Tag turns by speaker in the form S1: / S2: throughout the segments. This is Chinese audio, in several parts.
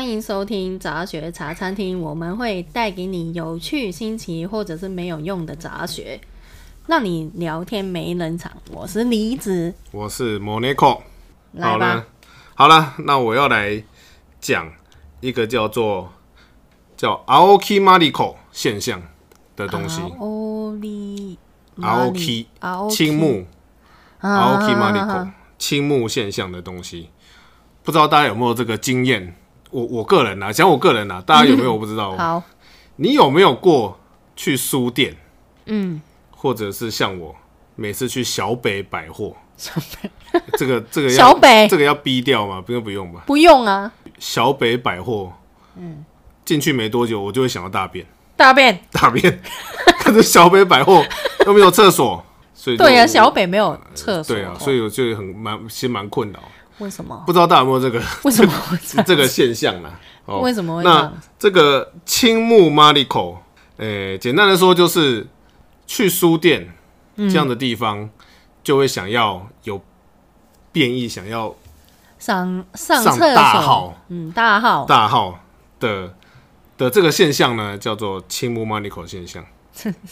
S1: 迎收听杂学茶餐厅，我们会带给你有趣、新奇或者是没有用的杂学，让你聊天没冷场。我是梨子，
S2: 我是 Monaco。
S1: 来
S2: 好
S1: 吧
S2: 了，，好了，那我要来讲一个叫做叫 Aoki Mariko 现象的东
S1: 啊
S2: 西。
S1: 奥利
S2: Aoki
S1: 奥
S2: 青木
S1: 啊
S2: Aoki Mariko 青木现象的东西，不知道大家有没有这个经验？我我个人啊，讲我个人啊，大家有没 有我不知道？
S1: 好，
S2: 你有没有过去书店，
S1: 嗯，
S2: 或者是像我每次去小北百货？这个这个要
S1: 小北
S2: 这个要逼掉吗？不用不用吧。
S1: 不用啊，
S2: 小北百货，嗯，进去没多久，我就会想到大便，
S1: 大便。
S2: 大便。 可是小北百货 又没有厕所，所以就
S1: 对啊，小北没有厕所。哦
S2: 对啊，所以我就很蛮其实蛮困扰，
S1: 为什么？
S2: 不知道大家有没有这个
S1: 为什么会这样？
S2: 这个现象啦。哦
S1: 为什么会这
S2: 那
S1: 样
S2: 这个青木 Mariko，呃，简单的说就是去书店这样的地方，
S1: 嗯
S2: 就会想要有变异，想要
S1: 上上
S2: 上
S1: 厕
S2: 大
S1: 所
S2: 号，
S1: 嗯，大号，
S2: 大号的的这个现象呢，叫做青木 Manico 现象。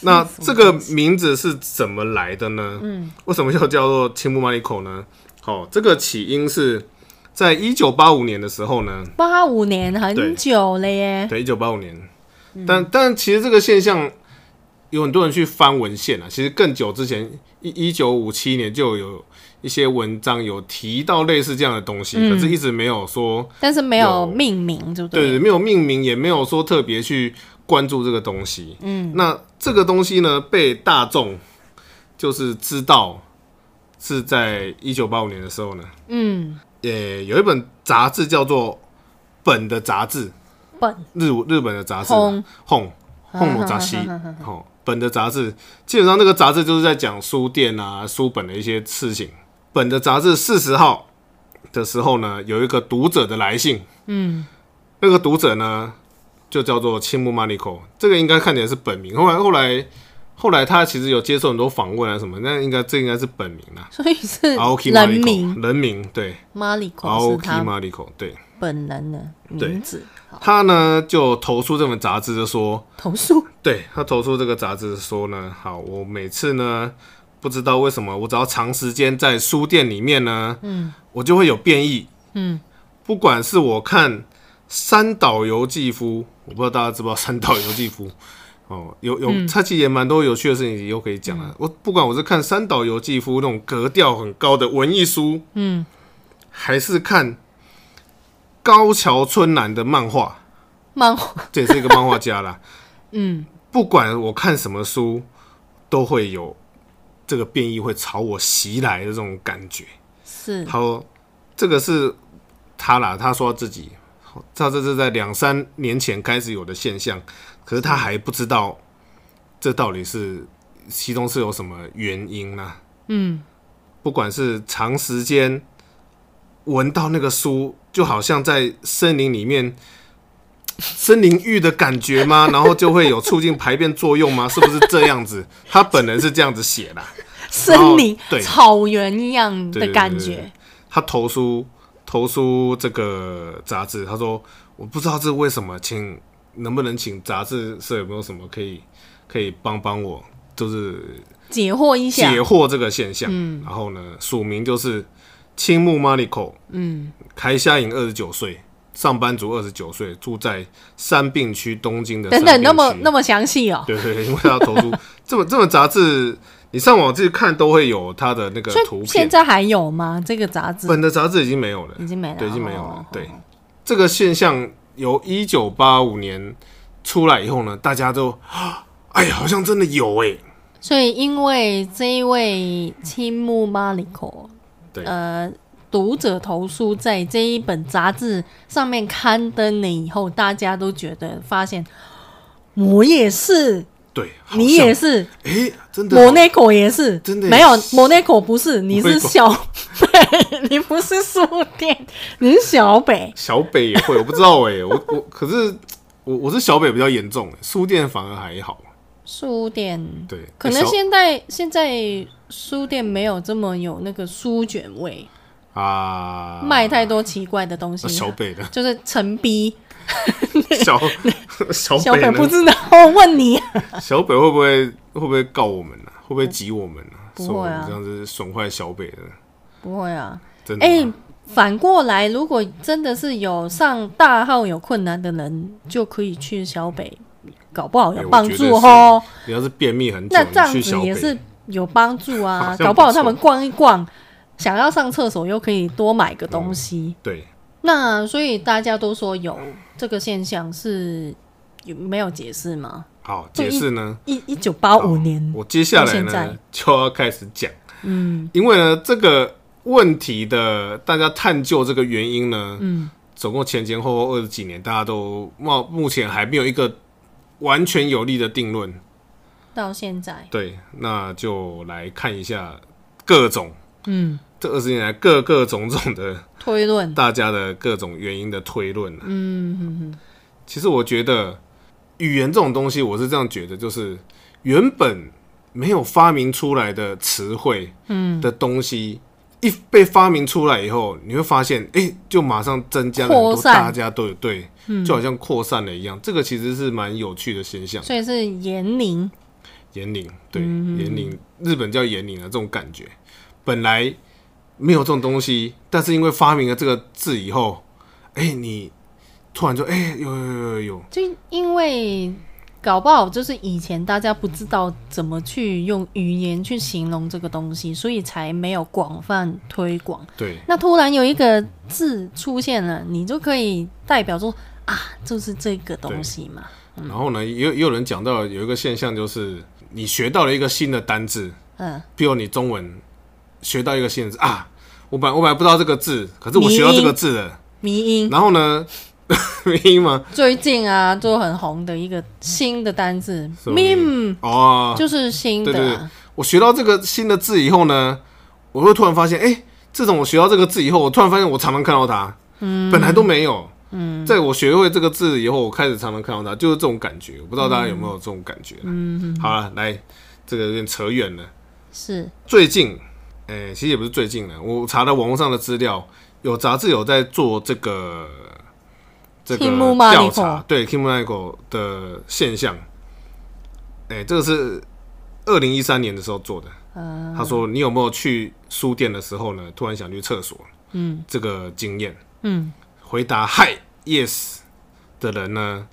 S2: 那这个名字是怎么来的呢？嗯，为什么又叫做青木 Manico 呢？好、这个起因是在一九八五年的时候呢，
S1: 八五年很
S2: 对
S1: 久了耶，
S2: 对，一九八五年。但但其实这个现象有很多人去翻文献啊，其实更久之前，一一九五七年就有一些文章有提到类似这样的东西，可是一直没有说
S1: 但是没有
S2: 有
S1: 命名，对不
S2: 对？没有命名，也没有说特别去关注这个东西。嗯，那这个东西呢，被大众就是知道是在一九八五年的时候呢，
S1: 嗯，
S2: 也呃有一本杂志叫做《本》的杂志，
S1: 笨，
S2: 日日本的杂志
S1: 轰
S2: 《轰轰某杂西》
S1: 啊
S2: 哦，本的杂志基本上那个杂志就是在讲书店啊、书本的一些事情。本的杂志四十号的时候呢，有一个读者的来信，
S1: 嗯，
S2: 那个读者呢，就叫做青木 Manico，这个应该看起来是本名。后来后来后来他其实有接受很多访问啊什么，那应该这应该是本名啦。
S1: 所以是
S2: Aoki
S1: 人名
S2: Manico，人名对
S1: Mariko 是
S2: ，Aoki
S1: 他
S2: Manico 对。
S1: 本人的名字，
S2: 他呢就投出这本杂志，就说，
S1: 投诉，
S2: 对他投出这个杂志说呢，好，我每次呢不知道为什么，我只要长时间在书店里面呢，嗯，我就会有变异，
S1: 嗯，
S2: 不管是我看三岛由纪夫，我不知道大家知不知道三岛由纪夫。 哦，有有，
S1: 嗯
S2: 他其实也蛮多有趣的事情，以后可以讲啊。我不管我是看三岛由纪夫那种格调很高的文艺书，
S1: 嗯，
S2: 还是看高桥春男的漫画，
S1: 漫
S2: 这也是一个漫画家啦。
S1: 嗯，
S2: 不管我看什么书，都会有这个变异会朝我袭来的这种感觉。
S1: 是
S2: 他说这个是他啦，他说自己，他这是在两三年前开始有的现象，可是他还不知道这到底是其中是有什么原因呢、
S1: 嗯，
S2: 不管是长时间闻到那个书，就好像在森林里面。森林浴的感觉吗？然后就会有促进排便作用吗？是不是这样子？他本人是这样子写的啊、
S1: 森林
S2: 对
S1: 草原一样的感
S2: 对对对
S1: 觉
S2: 对，他投书投书这个杂志，他说我不知道这为什么，请能不能请杂志社有没有什么可以可以帮帮我，就是
S1: 解惑一下
S2: 解，惑这个现象。然后呢，署名就是青木 Mariko，
S1: 嗯，
S2: 开下营二十九岁。上班族二十九岁，住在三病区东京的
S1: 等等，
S2: 三
S1: 那
S2: 病
S1: 么
S2: 区
S1: 那么详细哦，
S2: 对对对，因为他要投出 这么这么杂志，你上网去看都会有他的那个
S1: 所
S2: 图
S1: 以现
S2: 片。
S1: 在还有吗？这个杂志
S2: 本的杂志已经没有了，
S1: 已经没了，
S2: 对，已经没有
S1: 哦
S2: 了。对，，这个现象由一九八五年出来以后呢，大家都，啊哎呀，好像真的有哎、
S1: 所以，因为这一位青木 Mariko，
S2: 对
S1: 呃，读者投诉在这一本杂志上面刊登了以后，大家都觉得发现，我也是，
S2: 对，好像
S1: 你也，是
S2: 哎、真的好，
S1: ，Monaco 也是，
S2: 真的耶
S1: 没有 Monaco 不是，你是
S2: Monaco
S1: 小北， 你不是书店，你是小北，
S2: 小北也会，我不知道哎、我我可是我我是小北比较严重、欸书店反而还好，
S1: 书店。
S2: 对，
S1: 可能
S2: 哎小
S1: 现在现在书店没有这么有那个书卷味，
S2: 啊，
S1: 卖太多奇怪的东西了，
S2: 小北的
S1: 就是陈逼。
S2: 小小
S1: 小
S2: 北
S1: 北不
S2: 呢？
S1: 知道，问你啊、
S2: 小北会不会会不会告我们呢、啊？会不会挤我们呢、啊？
S1: 不
S2: 说我
S1: 会
S2: 们
S1: 啊
S2: 这样子损坏小北的，
S1: 不会啊。
S2: 真的
S1: 哎、
S2: 吗、
S1: 反过来，如果真的是有上大号有困难的人，就可以去小北，搞不好
S2: 哎
S1: 有
S2: 我
S1: 帮
S2: 觉
S1: 助
S2: 得是
S1: 哦。
S2: 你要是便秘很久，
S1: 那这样
S2: 你去
S1: 子
S2: 小北
S1: 也是有帮助
S2: 好
S1: 啊
S2: 像，不
S1: 搞不好
S2: 错
S1: 他们逛一逛，想要上厕所又可以多买个东西。
S2: 对，
S1: 那所以大家都说有这个现象是有没有解释吗？
S2: 好
S1: 就
S2: 解
S1: 一
S2: 释呢。
S1: 一一九八五
S2: 好
S1: 年，
S2: 我接下
S1: 到
S2: 来
S1: 现
S2: 呢
S1: 在
S2: 就要开始讲，
S1: 嗯
S2: 因为呢这个问题的大家探究这个原因呢，
S1: 嗯，
S2: 总共前前后后二十几年，大家都冒目前还没有一个完全有力的定论。
S1: 到现在，
S2: 对，那就来看一下各种
S1: 嗯，
S2: 这二十年来各各种种的
S1: 推论，
S2: 大家的各种原因的推论啊、
S1: 嗯嗯嗯
S2: 其实我觉得语言这种东西，我是这样觉得，就是原本没有发明出来的词汇，
S1: 嗯，
S2: 的东西。一被发明出来以后，你会发现，哎、就马上增加了很多
S1: 扩散嗯
S2: 大家都有对，就好像扩散了一样。这个其实是蛮有趣的现象。
S1: 所以是言灵，
S2: 延龄，对，延龄，日本叫延龄的这种感觉，本来没有这种东西，但是因为发明了这个字以后，哎、你突然就哎、有有有有有，
S1: 就因为搞不好就是以前大家不知道怎么去用语言去形容这个东西，所以才没有广泛推广。
S2: 对
S1: 那突然有一个字出现了，你就可以代表说啊，就是这个东西嘛。
S2: 然后呢，也有也有人讲到有一个现象，就是你学到了一个新的单字，
S1: 嗯，
S2: 比如你中文学到一个新的字啊，我本来我本来不知道这个字，可是我
S1: 迷
S2: 学到这
S1: 音
S2: 个字了。
S1: 迷音
S2: 然后呢， 音吗？
S1: 最近啊，就很红的一个新的单字
S2: 什么迷
S1: ，meme
S2: 哦，
S1: 就是新的、啊。
S2: 对对对我学到这个新的字以后呢，我会突然发现，哎、自从我学到这个字以后，我突然发现我常常看到它，嗯，本来都没有，嗯，在我学会这个字以后，我开始常常看到它，就是这种感觉。我不知道大家有没有这种感觉？嗯，好了，来，这个有点扯远了。
S1: 是
S2: 最近，哎、其实也不是最近了，我查了网络上的资料，有杂志有在做这个这个
S1: Kimumaniko
S2: 调查，对 k i m u n i k o 的现象。哎、这个是二零一三年的时候做的。
S1: 呃，
S2: 他说：“你有没有去书店的时候呢？突然想去厕所，
S1: 嗯
S2: 这个经验？
S1: 嗯，
S2: 回答 Hi Yes 的人呢，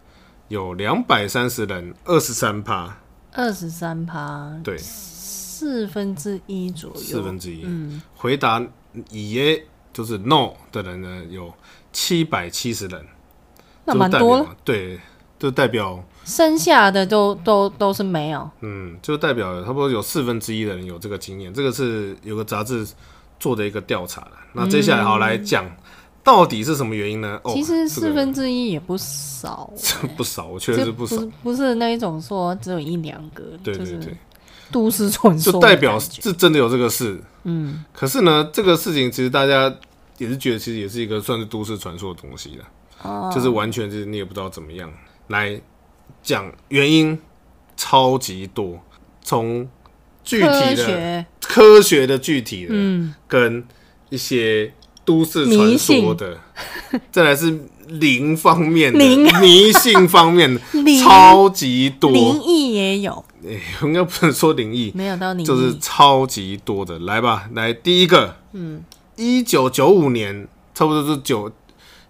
S2: 有两百三十人，二十三趴，
S1: 二十三趴，
S2: 对，
S1: 四分之一左右，
S2: 四分之一。
S1: 嗯，
S2: 回答 “ye” 就是 “no” 的人呢，有七百七十人，
S1: 那
S2: 就
S1: 蛮
S2: 代
S1: 多
S2: 表
S1: 了。
S2: 对，就代表
S1: 剩下的都都都是没有，
S2: 嗯，就代表差不多有四分之一的人有这个经验。这个是有个杂志做的一个调查啦那接下来好来讲。”到底是什么原因呢？哦，
S1: 嗯其实
S2: 这个
S1: 四分之一也不少，
S2: 这 不少，我确实是
S1: 就不
S2: 不少
S1: 是。不是那一种说只有一两个，
S2: 对对
S1: 就是
S2: 对，
S1: 都市传说
S2: 就
S1: 的
S2: 代表
S1: 感觉
S2: 是真的有这个事。
S1: 嗯，
S2: 可是呢，这个事情其实大家也是觉得，其实也是一个算是都市传说的东西了，
S1: 哦，
S2: 就是完全就是你也不知道怎么样来讲原因，超级多，从具体
S1: 科
S2: 的
S1: 学，
S2: 科学的具体的，
S1: 嗯，
S2: 跟一些都市传说的，再来是灵方面的
S1: 灵
S2: 迷信方 面的
S1: 灵
S2: 超级多，
S1: 灵异也有，
S2: 诶应该不能说灵异，
S1: 没有到灵异，
S2: 就是超级多的。来吧，来第一个，嗯，一九九五年，差不多是九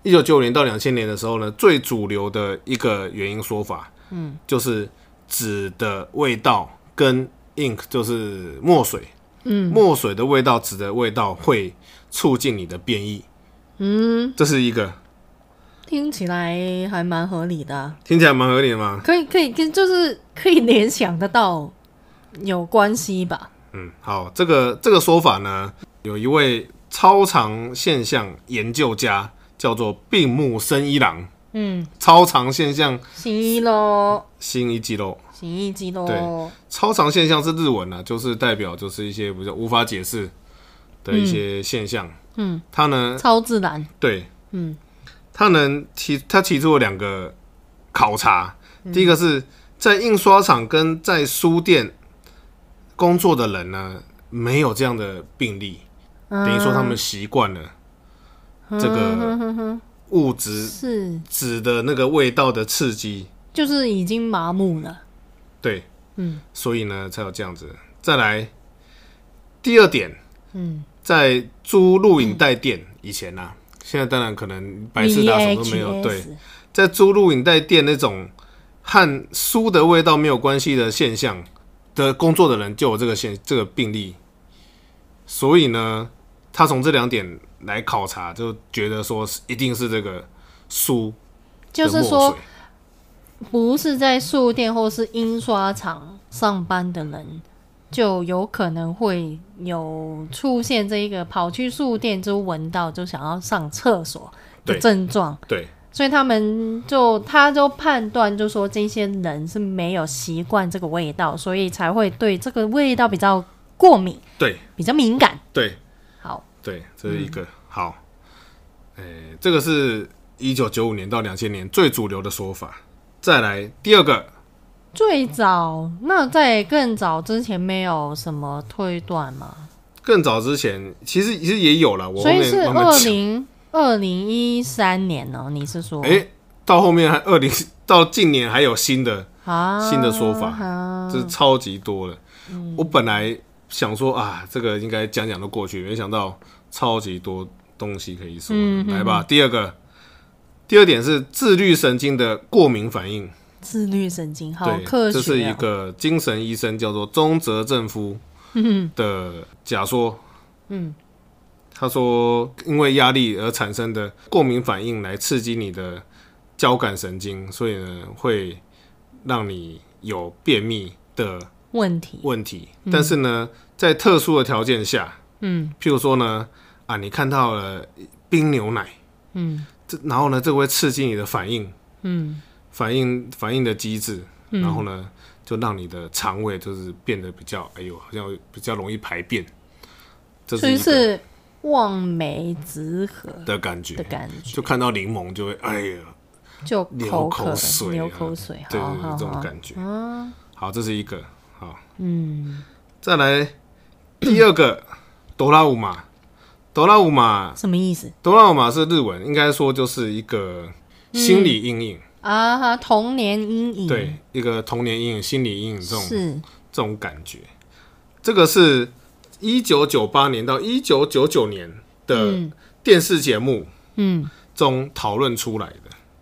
S2: 一九九五年到两千年的时候呢，最主流的一个原因说法，嗯，就是纸的味道跟 ink 就是墨水，嗯，墨水的味道、纸的味道会促进你的变异，嗯，这是一个
S1: 听起来还蛮合理的啊，
S2: 听起来蛮合理的嘛。
S1: 可以可以跟就是可以联想得到有关系吧，
S2: 嗯，好，这个这个说法呢，有一位超常现象研究家叫做病木生一郎，
S1: 嗯，
S2: 超常现象
S1: 行医咯，
S2: 新一季喽。
S1: 行医机
S2: 对
S1: 咯，
S2: 超常现象是日文呢、就是代表就是一些比较无法解释的一些现象。
S1: 嗯，
S2: 他呢，
S1: 超自然，
S2: 对，
S1: 嗯，
S2: 他能提他提出了两个考察，第一个是在印刷厂跟在书店工作的人呢，没有这样的病例。等于说他们习惯了这个物质
S1: 是
S2: 纸的那个味道的刺激，
S1: 就是已经麻木了。
S2: 对，
S1: 嗯，
S2: 所以呢才有这样子。再来第二点，
S1: 嗯，
S2: 在租录影带店以前呐、现在当然可能百事达什么都没有，对，
S1: VHS
S2: 在租录影带店那种和书的味道没有关系的现象的工作的人，就有这个现这个病例。所以呢，他从这两点来考察，就觉得说是一定是这个书
S1: 就
S2: 的
S1: 是
S2: 墨
S1: 说
S2: 水，
S1: 不是在书店或是印刷厂上班的人，就有可能会有出现这一个跑去书店就闻到就想要上厕所的
S2: 对
S1: 症状，
S2: 对
S1: 所以他们就他就判断就说这些人是没有习惯这个味道，所以才会对这个味道比较过敏，
S2: 对
S1: 比较敏感。
S2: 对
S1: 好，
S2: 对，这是一个、好。诶、这个是一九九五年到两千年最主流的说法。再来第二个，
S1: 最早那在更早之前没有什么推断吗？
S2: 更早之前其实其实也有了，我后
S1: 所以
S2: 面
S1: 是
S2: 慢慢
S1: 二
S2: 讲。
S1: 零二零一三年哦、你是说？
S2: 哎、到后面还二零到近年还有新的，
S1: 啊，
S2: 新的说法
S1: 啊
S2: 这超级多了。
S1: 嗯
S2: 我本来想说啊，这个应该讲讲都过去，没想到超级多东西可以说。
S1: 嗯
S2: 来吧，第二个，第二点是自律神经的过敏反应。
S1: 自律神经，好科学、
S2: 对，这
S1: 哦。
S2: 是一个精神医生叫做中泽正夫的假说。
S1: 嗯，
S2: 他说因为压力而产生的过敏反应来刺激你的交感神经，所以呢会让你有便秘的
S1: 问题。
S2: 问题。但是呢，在特殊的条件下，
S1: 嗯
S2: 譬如说呢，啊，你看到了冰牛奶，
S1: 嗯
S2: 这然后呢，这会刺激你的反应，
S1: 嗯
S2: 反应反应的机制，
S1: 嗯
S2: 然后呢，就让你的肠胃就是变得比较，哎呦，好像比较容易排便，这
S1: 所
S2: 是
S1: 以
S2: 一个
S1: 是望梅止渴
S2: 的感觉
S1: 的。感觉
S2: 就，看到柠檬就会，哎呀，
S1: 就
S2: 流
S1: 口
S2: 口
S1: 渴、
S2: 水
S1: 流
S2: 啊
S1: 口水，
S2: 对
S1: 好
S2: 对对，
S1: 好
S2: 这种
S1: 好
S2: 感觉。
S1: 啊，
S2: 好，这是一个好，
S1: 嗯，
S2: 再来第二个，哆啦 A 玛，哆啦 A 玛，
S1: 什么意思
S2: 哆啦 A 玛是日文，应该说就是一个
S1: 嗯
S2: 心理阴影，
S1: 啊？哈，童年阴影，
S2: 对，，一个童年阴影、心理阴影这种
S1: 嗯是
S2: 这种感觉。这个是一九九八年到一九九九年的
S1: 嗯
S2: 电视节目
S1: 嗯，
S2: 中讨论出来的。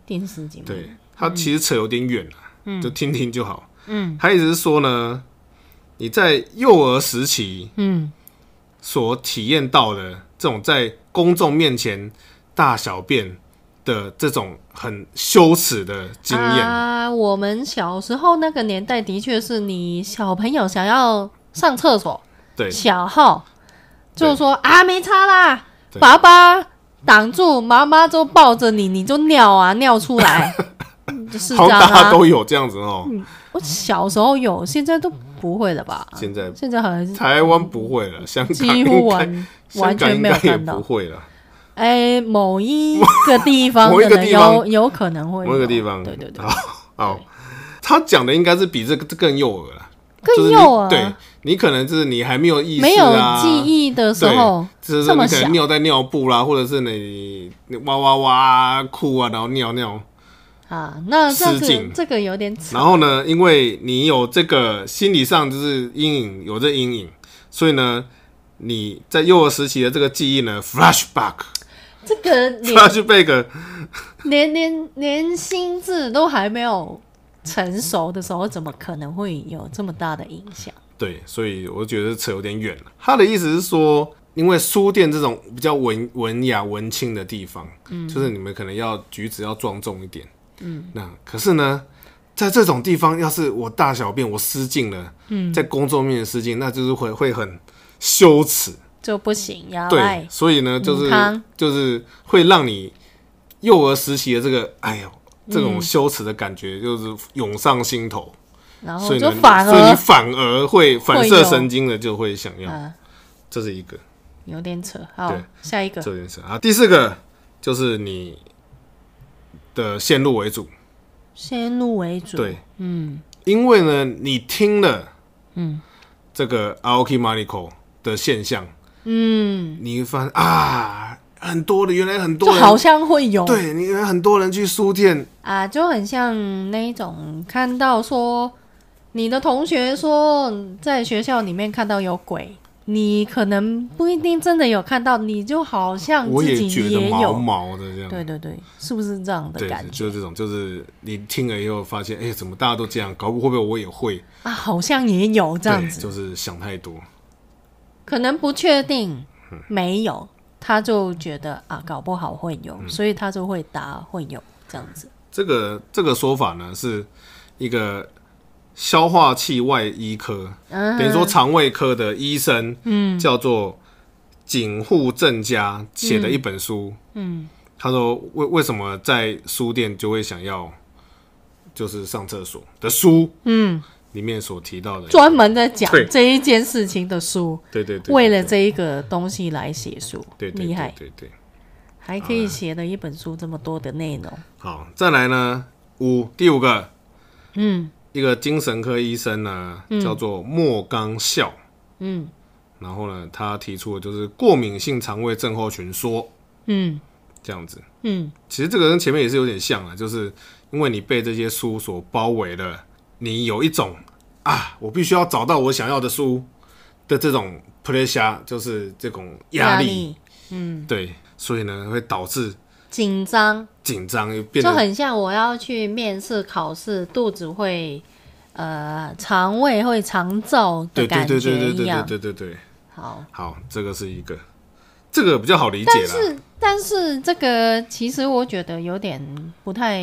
S1: 电视节目，
S2: 对，它其实扯有点远了、就听听就好。
S1: 嗯
S2: 他一直是说呢，你在幼儿时期
S1: 嗯
S2: 所体验到的这种在公众面前大小便的这种很羞耻的经验，
S1: 啊，我们小时候那个年代的确是你小朋友想要上厕所，
S2: 对
S1: 小号就说啊没差啦，
S2: 对
S1: 爸爸挡住，妈妈就抱着你，你就尿啊 尿出来，嗯是
S2: 好
S1: 这样
S2: 像大家
S1: 啊。
S2: 都有这样子哦。
S1: 我小时候有，现在都不会了吧？
S2: 现在
S1: 现在好像是
S2: 台湾不会了，香港
S1: 嗯几
S2: 应
S1: 乎
S2: 该
S1: 完
S2: 香
S1: 完
S2: 港
S1: 全
S2: 应
S1: 没有
S2: 该也
S1: 看到
S2: 不。会了。
S1: 哎，某一个地方
S2: 某一
S1: 可
S2: 个
S1: 能
S2: 地方
S1: 有有可能会有，
S2: 某一个地方，
S1: 对对对，
S2: 好，好，他讲的应该是比这个更幼儿了，
S1: 更幼
S2: 就是你对
S1: 儿
S2: 你可能就是你还没有意识、啊，
S1: 没有记忆的时候，
S2: 对，就是
S1: 这么
S2: 你可
S1: 小
S2: 能尿在尿布啦，或者是你你哇哇哇哭啊，然后尿尿，
S1: 啊，那这
S2: 失
S1: 个
S2: 禁
S1: 这个有点惨
S2: 然后呢，因为你有这个心理上就是阴影，有这阴影，所以呢，你在幼儿时期的这个记忆呢，flashback，flashback，
S1: 这个 连连连连心智都还没有成熟的时候，怎么可能会有这么大的影响？
S2: 对，所以我觉得扯有点远了。他的意思是说，因为书店这种比较文文雅文青的地方，嗯，就是你们可能要举止要庄重一点，嗯，那可是呢，在这种地方，要是我大小便我失禁了，嗯，在公众面前失禁，那就是会会很羞耻，
S1: 就不行呀，
S2: 对
S1: 赖，
S2: 所以呢，就
S1: 母
S2: 是
S1: 汤
S2: 就是会让你幼儿时期的这个，哎呦，这种羞耻的感觉就是涌上心头。
S1: 然
S2: 所
S1: 后
S2: 以
S1: 哦就
S2: 呢，
S1: 反
S2: 所以你
S1: 而
S2: 反而会反
S1: 会有
S2: 射神经的就会想要，
S1: 啊，
S2: 这是一个，
S1: 有点扯。好
S2: 对，
S1: 下一个
S2: 这件事啊。第四个就是你的先入为主，
S1: 先入为主，
S2: 对，
S1: 嗯
S2: 因为呢，你听了
S1: 嗯
S2: 这个 Aoki Manico 的现象，
S1: 嗯，
S2: 你会发现啊，很多的，原来很
S1: 就
S2: 多人
S1: 好像会有，
S2: 啊对，你原来很多人去书店，
S1: 啊，就很像那一种看到说你的同学说在学校里面看到有鬼，你可能不一定真的有看到，你就好像
S2: 我
S1: 自己
S2: 觉得
S1: 嗯也
S2: 毛
S1: 有，
S2: 毛的这样。
S1: 对对对，是不是这样的
S2: 对
S1: 感，觉
S2: 就是这种，就是你听了以后发现，哎、怎么大家都这样？搞不会不会我也会？
S1: 啊？好像也有这样
S2: 对
S1: 子，
S2: 就是想太多。
S1: 可能不确定，
S2: 嗯
S1: 没有，他就觉得啊，搞不好会有，
S2: 嗯
S1: 所以他就会答会有这样子。
S2: 这个这个说法呢，是一个消化器外医科，
S1: 嗯
S2: 等于说肠胃科的医生，嗯，叫做井户正家写的一本书，
S1: 嗯，
S2: 他说为为什么在书店就会想要就是上厕所的书，
S1: 嗯，
S2: 里面所提到的，
S1: 专门在讲
S2: 对
S1: 这一件事情的书，
S2: 对对对，
S1: 为了
S2: 对
S1: 这一个东西来写书，
S2: 对对啊
S1: 厉害，
S2: 对对对，
S1: 还可以写的一本书这么多的内容，
S2: 好，再来呢，五第五个
S1: 嗯
S2: 一个精神科医生呢，叫做莫刚孝。
S1: 嗯
S2: 然后呢，他提出的就是过敏性肠胃症候群说
S1: 嗯
S2: 这样子。
S1: 嗯
S2: 其实这个跟前面也是有点像啊，就是因为你被这些书所包围了，你有一种啊，我必须要找到我想要的书的这种 pressure，就是这种压力。
S1: 嗯，
S2: 对，所以呢会导致
S1: 紧张
S2: 紧张，又变
S1: 就
S2: 得
S1: 很像我要去面试考试，肚子会呃肠胃会肠燥的
S2: 对对
S1: 感
S2: 对对
S1: 觉
S2: 对
S1: 一
S2: 对对
S1: 样。
S2: 对对对。
S1: 好，
S2: 好，这个是一个，这个比较好理解
S1: 但
S2: 啦。
S1: 是但是这个其实我觉得有点不太，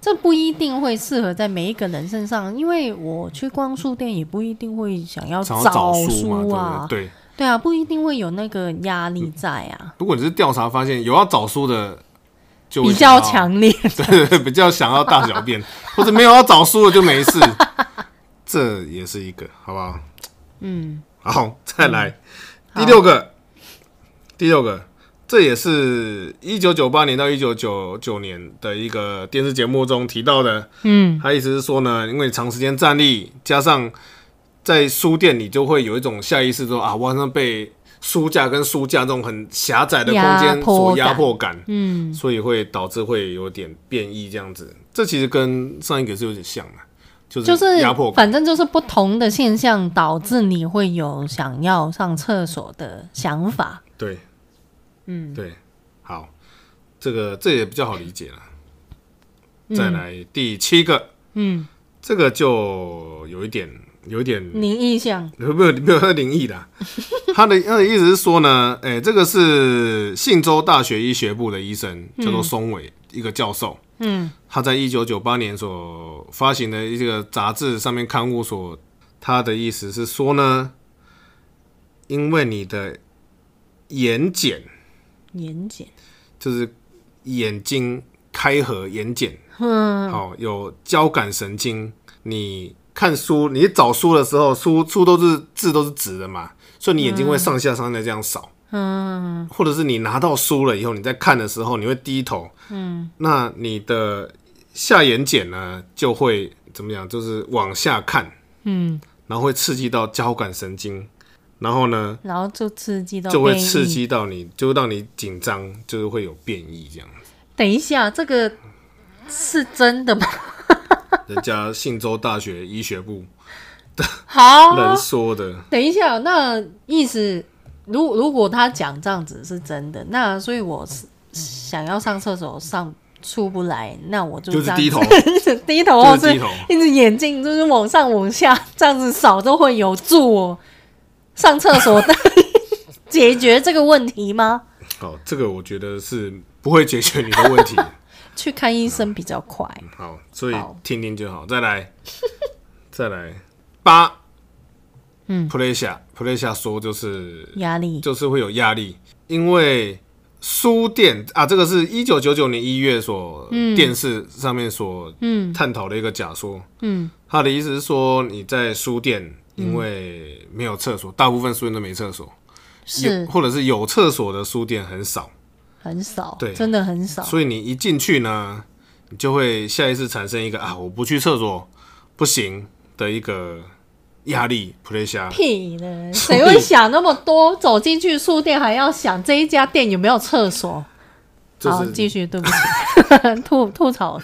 S1: 这不一定会适合在每一个人身上，因为我去逛书店也不一定会想要
S2: 想要找
S1: 书
S2: 嘛，
S1: 啊，
S2: 对不对？对。
S1: 对啊，不一定会有那个压力在啊，
S2: 如果你是调查发现有要找书的，就会
S1: 比较
S2: 想要
S1: 强烈。啊
S2: 对， 对比较想要大小便，或者没有要找书的就没事， 这也是一个，好不好？
S1: 嗯，
S2: 好，再来、
S1: 好
S2: 第六个，第六个，这也是一九九八年到一九九九年的一个电视节目中提到的。
S1: 嗯，
S2: 他意思是说呢，因为长时间站立，加上在书店，你就会有一种下意识说啊，我好像被书架跟书架这种很狭窄的空
S1: 压
S2: 间
S1: 迫
S2: 所压
S1: 感
S2: 迫感。
S1: 嗯，
S2: 所以会导致会有点变异这样子。这其实跟上一个是有点像的，就
S1: 就是是
S2: 压迫感。
S1: 反正就是不同的现象导致你会有想要上厕所的想法。
S2: 对
S1: 嗯，
S2: 对，好，这个这也比较好理解了。再来第七个，
S1: 嗯，
S2: 这个就有一点，有一点
S1: 你意向，
S2: 没有没有没有那灵异啦。他的他的意思是说呢，哎、这个是信州大学医学部的医生，叫做松尾，一个教授。
S1: 嗯
S2: 他在一九九八年所发行的一个杂志上面刊物所，他的意思是说呢，因为你的眼睑
S1: 眼睑，
S2: 就是眼睛开合眼睑，
S1: 嗯
S2: 好、有交感神经，你看书，你找书的时候，书书都是字都是直的嘛，所以你眼睛会上下上下这样扫。
S1: 嗯
S2: 或者是你拿到书了以后，你在看的时候，你会低头，嗯，那你的下眼睑呢就会怎么讲，就是往下看，
S1: 嗯，
S2: 然后会刺激到交感神经，然后呢
S1: 然后就刺激到
S2: 就会
S1: 变异
S2: 刺。激到你，就会让你紧张，就是会有变异这样。
S1: 等一下，这个是真 的吗？
S2: 人家信州大学医学部
S1: 好
S2: 人，说的，
S1: 等一下，那意思，如如果他讲这样子是真的，那所以我是想要上厕所上出不来，那我就
S2: 就
S1: 这
S2: 是
S1: 样
S2: 低头，
S1: 子 低头，或
S2: 就是是低头。
S1: 一直眼镜就是往上往下这样子扫，都会有助我上厕所 的解决这个问题吗？
S2: 好，这个我觉得是不会解决你的问题。
S1: 去看医生比较快。
S2: 好，所以
S1: 好
S2: 听听就好。再来，再来八，
S1: 嗯
S2: 普雷夏，普雷夏说就是
S1: 压力，
S2: 就是会有压力，因为书店啊，这个是一九九九年一月所、电视上面所
S1: 嗯
S2: 探讨的一个假说。
S1: 嗯
S2: 他的意思是说，你在书店因为没有厕所，大部分书店都没厕所，有
S1: 是
S2: 或者是有厕所的书店很少。
S1: 很少，
S2: 对
S1: 真的很少。
S2: 所以你一进去呢，你就会下意识产生一个啊，我不去厕所不行的一个压力 pressure。
S1: 屁的，
S2: 所以
S1: 谁会想那么多？走进去书店还要想这一家店有没有厕所？
S2: 就
S1: 好，
S2: 是
S1: 继续，对不 起，吐吐槽。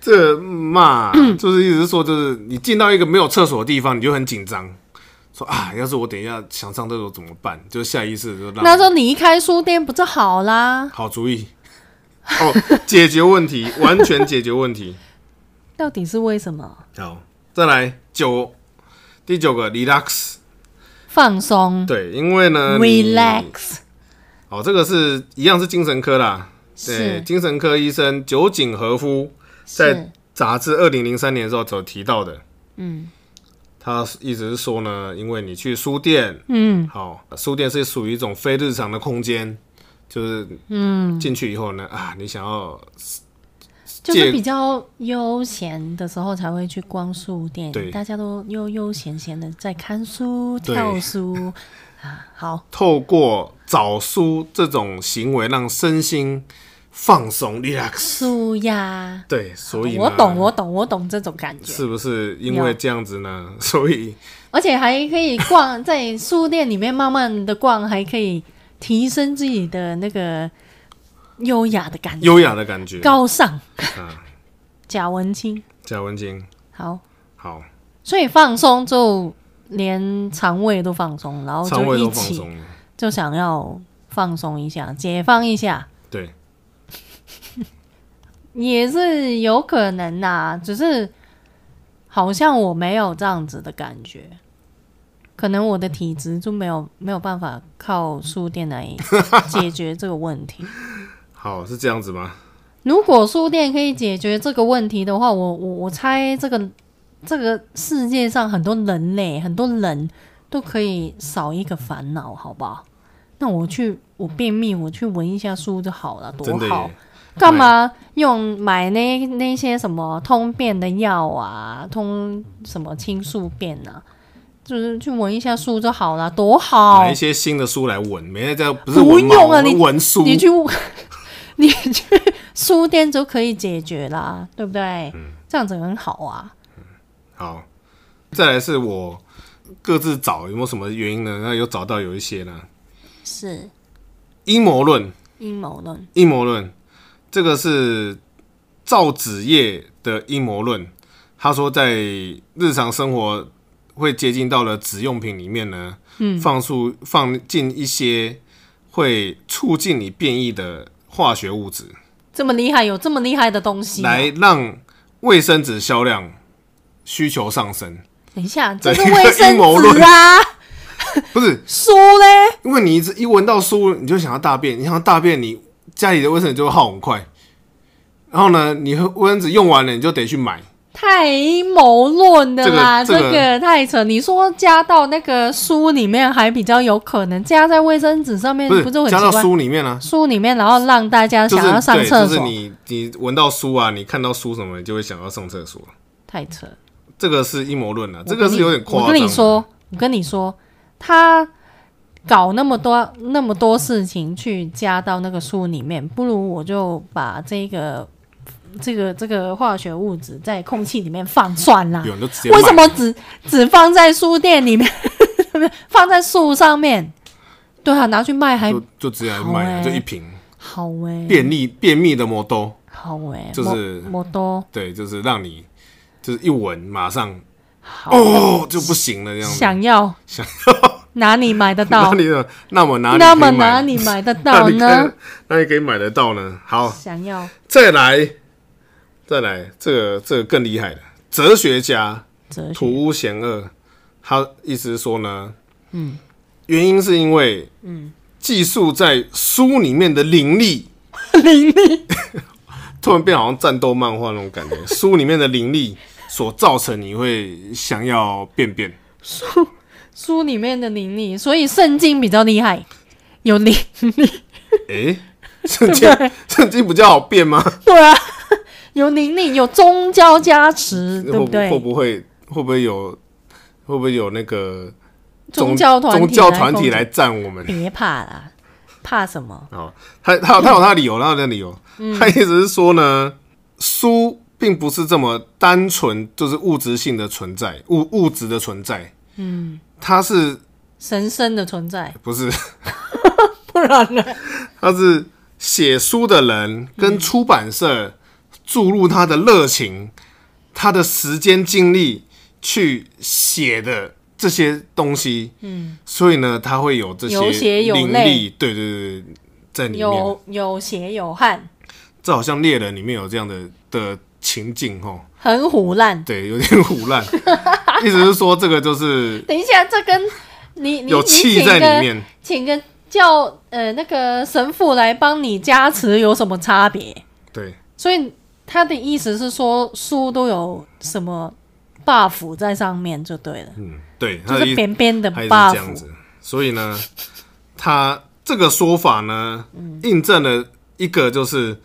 S2: 这嘛， 就是意思是说，就是你进到一个没有厕所的地方，你就很紧张，说啊，要是我等一下想上厕所怎么办？就下意识就让
S1: 那时候你一开书店不就好啦？
S2: 好主意哦，解决问题，完全解决问题。
S1: 到底是为什么？
S2: 好，再来九，第九个 relax，
S1: 放松
S2: 对，因为呢你
S1: ，relax，
S2: 哦，这个是一样是精神科啦，对，
S1: 是
S2: 精神科医生酒井和夫在
S1: 是
S2: 杂志二零零三年的时候所提到的，
S1: 嗯
S2: 他一直是说呢，因为你去书店，
S1: 嗯
S2: 好，书店是属于一种非日常的空间，就是
S1: 嗯，
S2: 进去以后呢，啊，你想要
S1: 就是
S2: 借
S1: 比较悠闲的时候才会去逛书店
S2: 对，
S1: 大家都悠悠闲闲的在看书、
S2: 对
S1: 跳书啊。好，
S2: 透过找书这种行为让身心放松 relax。
S1: 书呀，
S2: 对，所以呢
S1: 我懂，我懂，我懂这种感觉。
S2: 是不是因为这样子呢？ 所以
S1: 而且还可以逛在书店里面慢慢的逛，还可以提升自己的那个优雅的感觉，
S2: 优雅的感觉。
S1: 高尚。
S2: 啊
S1: 贾文清，
S2: 贾文清，
S1: 好，
S2: 好，
S1: 所以放松就连肠胃都放松，然后
S2: 肠
S1: 哦就
S2: 胃
S1: 一
S2: 都放
S1: 起
S2: 松了。
S1: 就想要放松一下，解放一下，
S2: 对，
S1: 也是有可能呐、只是好像我没有这样子的感觉。可能我的体质就没有没有办法靠书店来解决这个问题。
S2: 好是这样子吗？
S1: 如果书店可以解决这个问题的话，我我我猜这个这个世界上很多人类很多人都可以少一个烦恼，好不好？那我去我便秘，我去闻一下书就好了，多
S2: 真的
S1: 好
S2: 耶！，
S1: 干嘛用买那那些什么通便的药啊，通什么清宿便啊？就是去闻一下书就好了，多好！
S2: 买一些新的书来闻，每天在不是
S1: 不
S2: 闻嘛
S1: 用啊
S2: 我们
S1: 你
S2: 闻书，
S1: 你去 你去书店就可以解决啦，对不对？
S2: 嗯
S1: 这样子很好啊。
S2: 好，再来是我各自找有没有什么原因呢？那有找到有一些呢，
S1: 是
S2: 阴谋论，
S1: 阴谋论，
S2: 阴谋论，这个是造纸业的阴谋论。他说，在日常生活会接近到了纸用品里面呢，嗯，放出放进一些会促进你变异的化学物质，
S1: 这么厉害，有这么厉害的东西吗、
S2: 来让卫生纸销量需求上升。
S1: 等一下，这是
S2: 整个
S1: 卫
S2: 阴谋
S1: 生纸
S2: 论
S1: 啊，
S2: 不是，
S1: 书嘞，
S2: 因为你一直一闻到书，你就想要大便，你想要大便，你家里的卫生纸就会耗很快。然后呢，你卫生纸用完了，你就得去买。
S1: 太阴谋论的啦，
S2: 这个这个
S1: 太扯。你说加到那个书里面还比较有可能，加在卫生纸上面
S2: 不是
S1: 不就很
S2: 加
S1: 奇
S2: 到
S1: 怪？
S2: 书里面啊，
S1: 书里面，然后让大家
S2: 就是
S1: 想要上
S2: 对，
S1: 厕
S2: 就
S1: 所，
S2: 是你你闻到书啊，你看到书什么，你就会想要上厕所。
S1: 太扯。
S2: 这个是阴谋论啊，
S1: 我
S2: 这个
S1: 跟
S2: 是
S1: 你
S2: 有点夸张。
S1: 我跟你，说，我跟你说，他搞那么多那么多事情去加到那个书里面，不如我就把这个这个这个化学物质在空气里面放算啦。
S2: 有人就直接
S1: 啊为什
S2: 买
S1: 么只只放在书店里面， 放在树上面？对啊，拿去卖还
S2: 就就直接来
S1: 好
S2: 买啊，
S1: 欸
S2: 就一瓶
S1: 好哎、
S2: 便利便秘的魔豆，
S1: 好哎、欸，
S2: 就是
S1: 摩多
S2: 对，就是让你就是一闻马上
S1: 好、
S2: 哦就不行了这样子。
S1: 想要
S2: 想
S1: 哪里买得到
S2: 那？你的那么哪里
S1: 那
S2: 可以
S1: 么
S2: 买
S1: 哪里买得
S2: 那
S1: 到
S2: 你
S1: 呢
S2: 看？，那你可以买得到呢。好，
S1: 想要
S2: 再来，再来，这个这个更厉害的哲学家
S1: 哲学
S2: 土屋贤二，他意思是说呢，嗯，原因是因为，嗯，技术在书里面的灵力，
S1: 灵力
S2: 突然变好像战斗漫画那种感觉，书里面的灵力所造成你会想要便便。
S1: 书里面的灵力，所以圣经比较厉害，有灵 力，
S2: 诶，圣经 圣经比较好变吗？
S1: 对啊，有灵力，有宗教加持，对
S2: 会
S1: 不
S2: 不会
S1: 对？
S2: 不会会不会有会不会有那个
S1: 宗
S2: 宗
S1: 教团体
S2: 宗教团体
S1: 来
S2: 来
S1: 攻
S2: 赞我们
S1: 击，？别怕啦，怕什么？嗯
S2: 哦，他他有他有他的理由，他有他的理由。他意思是说呢，书并不是这么单纯，就是物质性的存在，物物质的存在。嗯，它是
S1: 神圣的存在，
S2: 不是？
S1: 不然呢？
S2: 它是写书的人
S1: 嗯
S2: 跟出版社注入他的热情、他的时间精力去写的这些东西。嗯，所以呢，他会有这
S1: 有
S2: 些
S1: 血有
S2: 灵
S1: 泪
S2: 力，对对对，对在里面。
S1: 有有血有汗，
S2: 这好像猎人里面有这样的的情境哦，
S1: 很虎烂。
S2: 对，有点胡乱， 意思是说这个就是
S1: 等一下，这跟你你
S2: 有气在里，面。
S1: 你请个请个叫呃那个神父来帮你加持有什么差别？
S2: 对，
S1: 所以他的意思是说，书都有什么 buff 在上面就对了，
S2: 嗯，对，
S1: 就
S2: 他的意
S1: 是边边的
S2: 他也是这
S1: buff
S2: 样子。所以呢，他这个说法呢，
S1: 嗯
S2: 印证了一个就是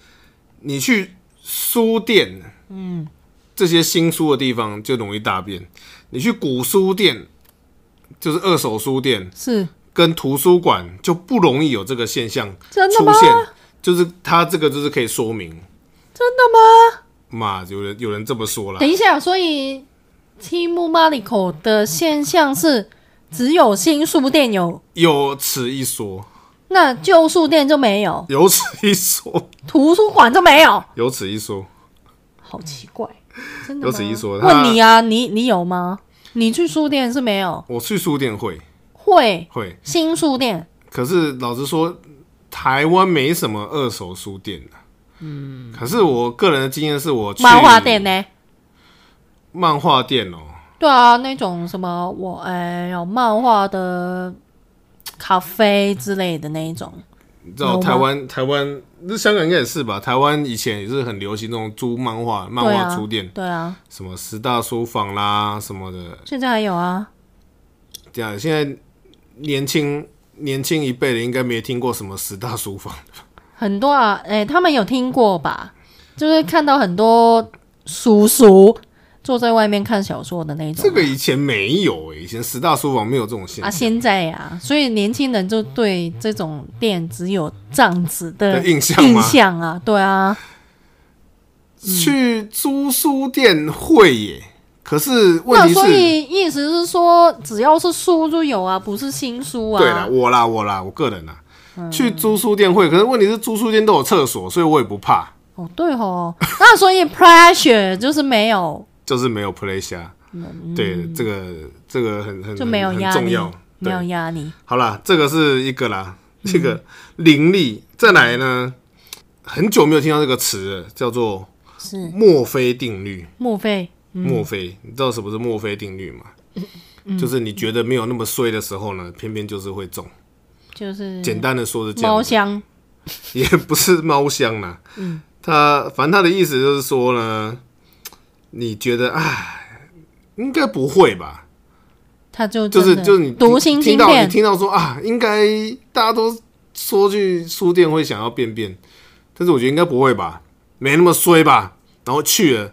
S2: 你去书店，嗯，这些新书的地方就容易大便；你去古书店，就是二手书店
S1: 是
S2: 跟图书馆，就不容易有这个现象
S1: 真的
S2: 出
S1: 吗？
S2: 现。就是他这个就是可以说明，
S1: 真的吗？
S2: 嘛，有人有人这么说啦
S1: 等。一下，所以 Timu Mariko 的现象是只有新书店有，
S2: 有此一说，
S1: 那旧书店就没有，
S2: 有此一说，
S1: 图书馆就没有，
S2: 有此一说。
S1: 好奇怪，真的吗
S2: 有此一说他
S1: 问你啊，你你有吗？你去书店是没有？
S2: 我去书店会
S1: 会
S2: 会，
S1: 新书店
S2: 可是老实说，台湾没什么二手书店的。嗯，可是我个人的经验是我去
S1: 漫画店呢？
S2: 漫画店哦、
S1: 对啊，那种什么我哎、有漫画的咖啡之类的那一种，
S2: 你知道
S1: 有吗
S2: 台湾台湾那香港应该也是吧？台湾以前也是很流行那种租漫画漫画书店，
S1: 对啊，
S2: 什么十大书房啦什么的，
S1: 现在还有啊，
S2: 这样现在年轻年轻一辈的应该没听过什么十大书房，
S1: 很多啊，哎、他们有听过吧？就是看到很多叔叔坐在外面看小说的那种
S2: 这个以前没有欸诶、以前十大书房没有这种现
S1: 啊，
S2: 象
S1: 现在呀、所以年轻人就对这种店只有这样子的
S2: 的印象
S1: 印
S2: 吗？
S1: 象啊，对啊，嗯
S2: 去租书店会耶，可是问
S1: 那
S2: 题
S1: 所
S2: 是，
S1: 以意思是说，只要是书就有啊，不是新书啊，嗯
S2: 对啦，我啦，我啦，我个人啦，去租书店会，可是问题是租书店都有厕所，所以我也不怕，
S1: 哦，对哦， 那所以 pressure 就是没有，
S2: 就是没有 play 虾。对，这个这个很很
S1: 嗯就没有
S2: 嗯很
S1: 压
S2: 重
S1: 力
S2: 要，，
S1: 没
S2: 对
S1: 有压力。
S2: 好啦，这个是一个啦，这个灵力。再来呢，很久没有听到这个词了，叫做
S1: 是嗯
S2: 墨菲定律。
S1: 莫非
S2: 墨菲，你知道什么是墨菲定律吗？
S1: 嗯
S2: 就是你觉得没有那么衰的时候呢，偏偏就是会中。
S1: 就是
S2: 简单的说是这样
S1: 嗯猫，香
S2: 也不是猫香啦。嗯，他反正他的意思就是说呢，你觉得唉，应该不会吧？
S1: 它就
S2: 就
S1: 真
S2: 是
S1: 的
S2: 就是你
S1: 读
S2: 听
S1: 心
S2: 听
S1: 经
S2: 到
S1: 变
S2: 你，听到说啊，应该大家都说去书店会想要便便，但是我觉得应该不会吧，没那么衰吧。然后去了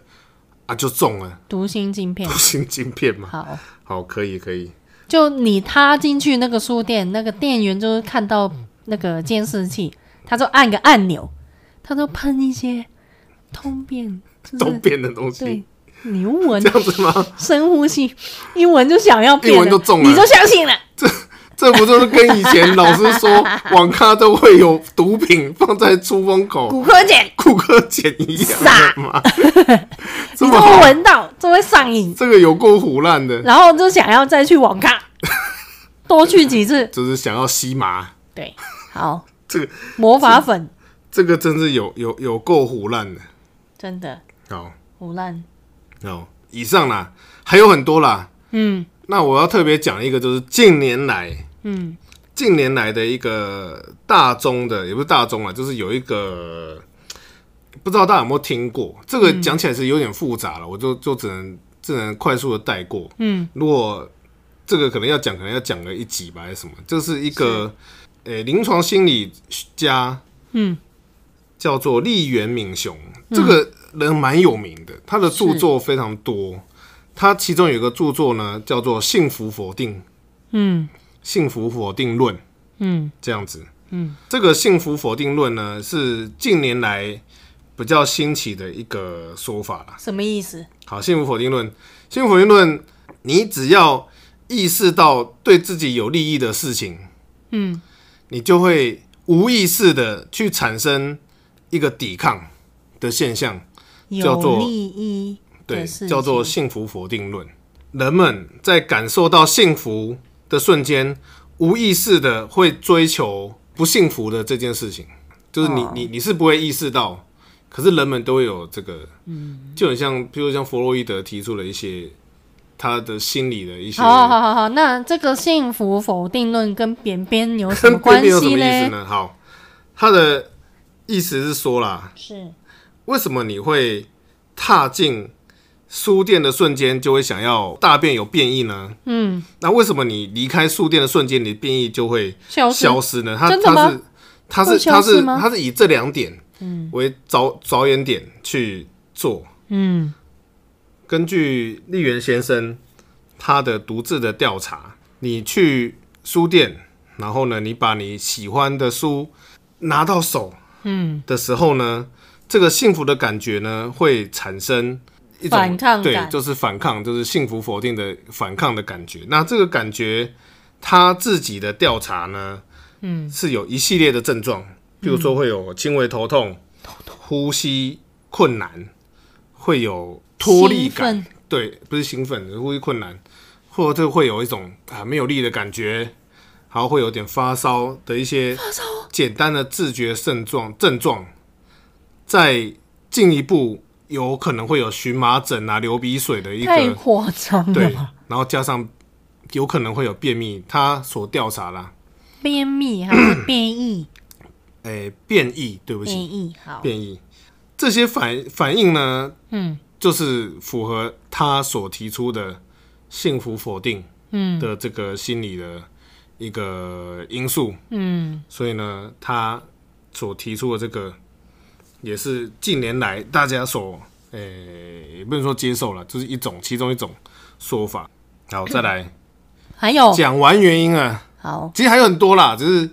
S2: 啊，就中了，
S1: 读心经片
S2: 不。行晶片嘛。
S1: 好，
S2: 好，可以可以，
S1: 就你踏进去那个书店，那个店员就是看到那个监视器，他就按个按钮，他就喷一些通便，就
S2: 都
S1: 是
S2: 变的东西
S1: 对牛闻
S2: 这样子吗？
S1: 深呼吸，一闻就想要变了，
S2: 一闻就中了
S1: 你就相信了。
S2: 这不就是跟以前老师 说网咖都会有毒品放在出风口
S1: 骨科碱，
S2: 库克碱一样的吗？这
S1: 你就
S2: 么好
S1: 会闻到，就会上瘾，
S2: 这个有够胡烂的，
S1: 然后就想要再去网 咖，多去几次。
S2: 就是想要吸麻。
S1: 对，好，
S2: 这个
S1: 魔法粉
S2: 这个真是有有有够胡烂的。
S1: 真的
S2: 好，
S1: 胡烂，
S2: 好，哦以上啦，还有很多啦。
S1: 嗯
S2: 那我要特别讲一个，就是近年来，
S1: 嗯，
S2: 近年来的一个大中的，也不是大中啊，就是有一个，不知道大家有没有听过？这个讲起来是有点复杂了，我就就只能只能快速的带过。
S1: 嗯，
S2: 如果这个可能要讲，可能要讲个一集吧，还是什么？这是一个，呃，临床心理家，
S1: 嗯，
S2: 叫做立原敏雄，这个人蛮有名的，他的著作非常多。他其中有一个著作呢，叫做《幸福否定》《
S1: 嗯
S2: 幸福否定论》
S1: 嗯
S2: 这样子。
S1: 嗯，
S2: 这个幸福否定论呢，是近年来比较新奇的一个说法啦。
S1: 什么意思？
S2: 好，幸福否定论，幸福否定论，你只要意识到对自己有利益的事情，
S1: 嗯，
S2: 你就会无意识的去产生一个抵抗的现象，叫
S1: 有
S2: 做
S1: 利益
S2: 对
S1: 的事，
S2: 叫做
S1: 情
S2: 幸福否定论。人们在感受到幸福的瞬间，无意识的会追求不幸福的这件事情，就是你、
S1: 哦
S2: 你你是不会意识到，可是人们都会有这个，嗯，就很像，比如像弗洛伊德提出了一些他的心理的一些，
S1: 好好好好，那这个幸福否定论跟扁扁有什么
S2: 跟
S1: 关
S2: 边有什
S1: 系
S2: 么意思
S1: 嘞？
S2: 呢？好，他的意思是说啦，
S1: 是
S2: 为什么你会踏进书店的瞬间就会想要大便有便意呢？
S1: 嗯，
S2: 那为什么你离开书店的瞬间，你的变异就会
S1: 消失
S2: 消失呢？它
S1: 真的吗
S2: 它
S1: 会
S2: 是
S1: 消
S2: 它
S1: 失
S2: 是
S1: 吗
S2: 它是它是以这两点为着着眼点去做。
S1: 嗯
S2: 根据丽媛先生他的独自的调查，你去书店，然后呢，你把你喜欢的书拿到手
S1: 嗯，
S2: 的时候呢，这个幸福的感觉呢会产生一种
S1: 反抗
S2: 对，
S1: 感
S2: 就是反抗，就是幸福否定的反抗的感觉。那这个感觉，他自己的调查呢，
S1: 嗯，
S2: 是有一系列的症状，比如说会有轻微头痛、呼吸困难，会有脱力
S1: 兴
S2: 感
S1: 奋，
S2: 对，不是兴奋，呼吸困难，或者会有一种啊没有力的感觉，然后会有点发烧的一些简单的自觉症状症状，再进一步有可能会有荨麻疹啊、流鼻水的一
S1: 太
S2: 个
S1: 夸张了
S2: 对
S1: 吧？，
S2: 然后加上有可能会有便秘，他所调查啦，
S1: 便秘还是变异？
S2: 诶、便意，对不
S1: 变
S2: 起，
S1: 异好，
S2: 便意，这些反反应呢，
S1: 嗯
S2: 就是符合他所提出的幸福否定
S1: 嗯
S2: 的这个心理的一个因素，
S1: 嗯，
S2: 所以呢，他所提出的这个也是近年来大家所诶、也不能说接受了，就是一种其中一种说法。好，再来
S1: 还有
S2: 讲完原因啊，
S1: 好
S2: 其实还有很多啦，只是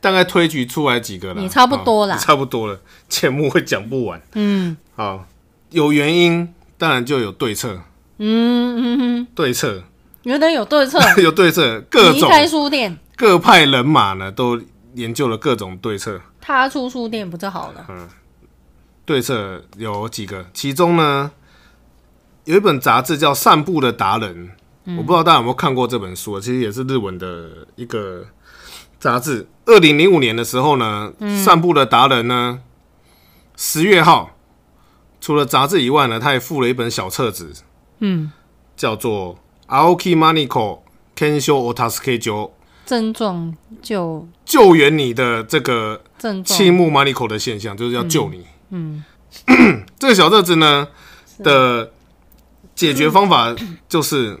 S2: 大概推举出来几个了，
S1: 也差不多啦
S2: 哦也差不多了，节目会讲不完。
S1: 嗯
S2: 好，有原因，当然就有对策，
S1: 嗯嗯嗯，
S2: 对策
S1: 原来有对策，
S2: 有对策，各
S1: 离
S2: 种
S1: 开书店，
S2: 各派人马呢都研究了各种对策，
S1: 踏出书店不就好了？
S2: 嗯对策有几个，其中呢有一本杂志叫《散步的达人》，我不知道大家有没有看过这本书，啊其实也是日文的一个杂志。二零零五年的时候呢，散步的达人》呢，十月号除了杂志以外呢，他也附了一本小册子，
S1: 嗯，
S2: 叫做《Aoki Manico Kensho Otasuke Jo》，
S1: 症状就
S2: 救援你的这个
S1: 症
S2: 青
S1: 状，
S2: 木 Manico 的现象，就是要救你。
S1: 嗯，
S2: 这个小册子呢的解决方法 就是，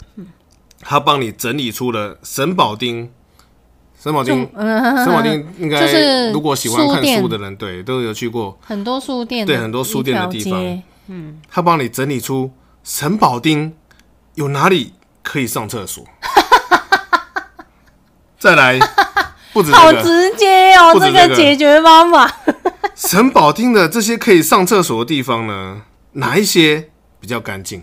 S2: 他帮你整理出了沈宝丁，沈宝丁，沈宝
S1: 嗯，
S2: 丁应
S1: 就
S2: 该
S1: 是
S2: 如果喜欢
S1: 书
S2: 看
S1: 店
S2: 书的人，对，都有去过。
S1: 很多书店
S2: 对
S1: 的
S2: 很多
S1: 一
S2: 书店的
S1: 条
S2: 地方
S1: 街
S2: 他帮你整理出沈宝丁有哪里可以上 厕所。再来，不止
S1: 好
S2: 这个，
S1: 直接哦，
S2: 不止
S1: 这
S2: 这
S1: 个
S2: 个
S1: 解决方法。
S2: 沈宝町的这些可以上厕所的地方呢，哪一些比较干净？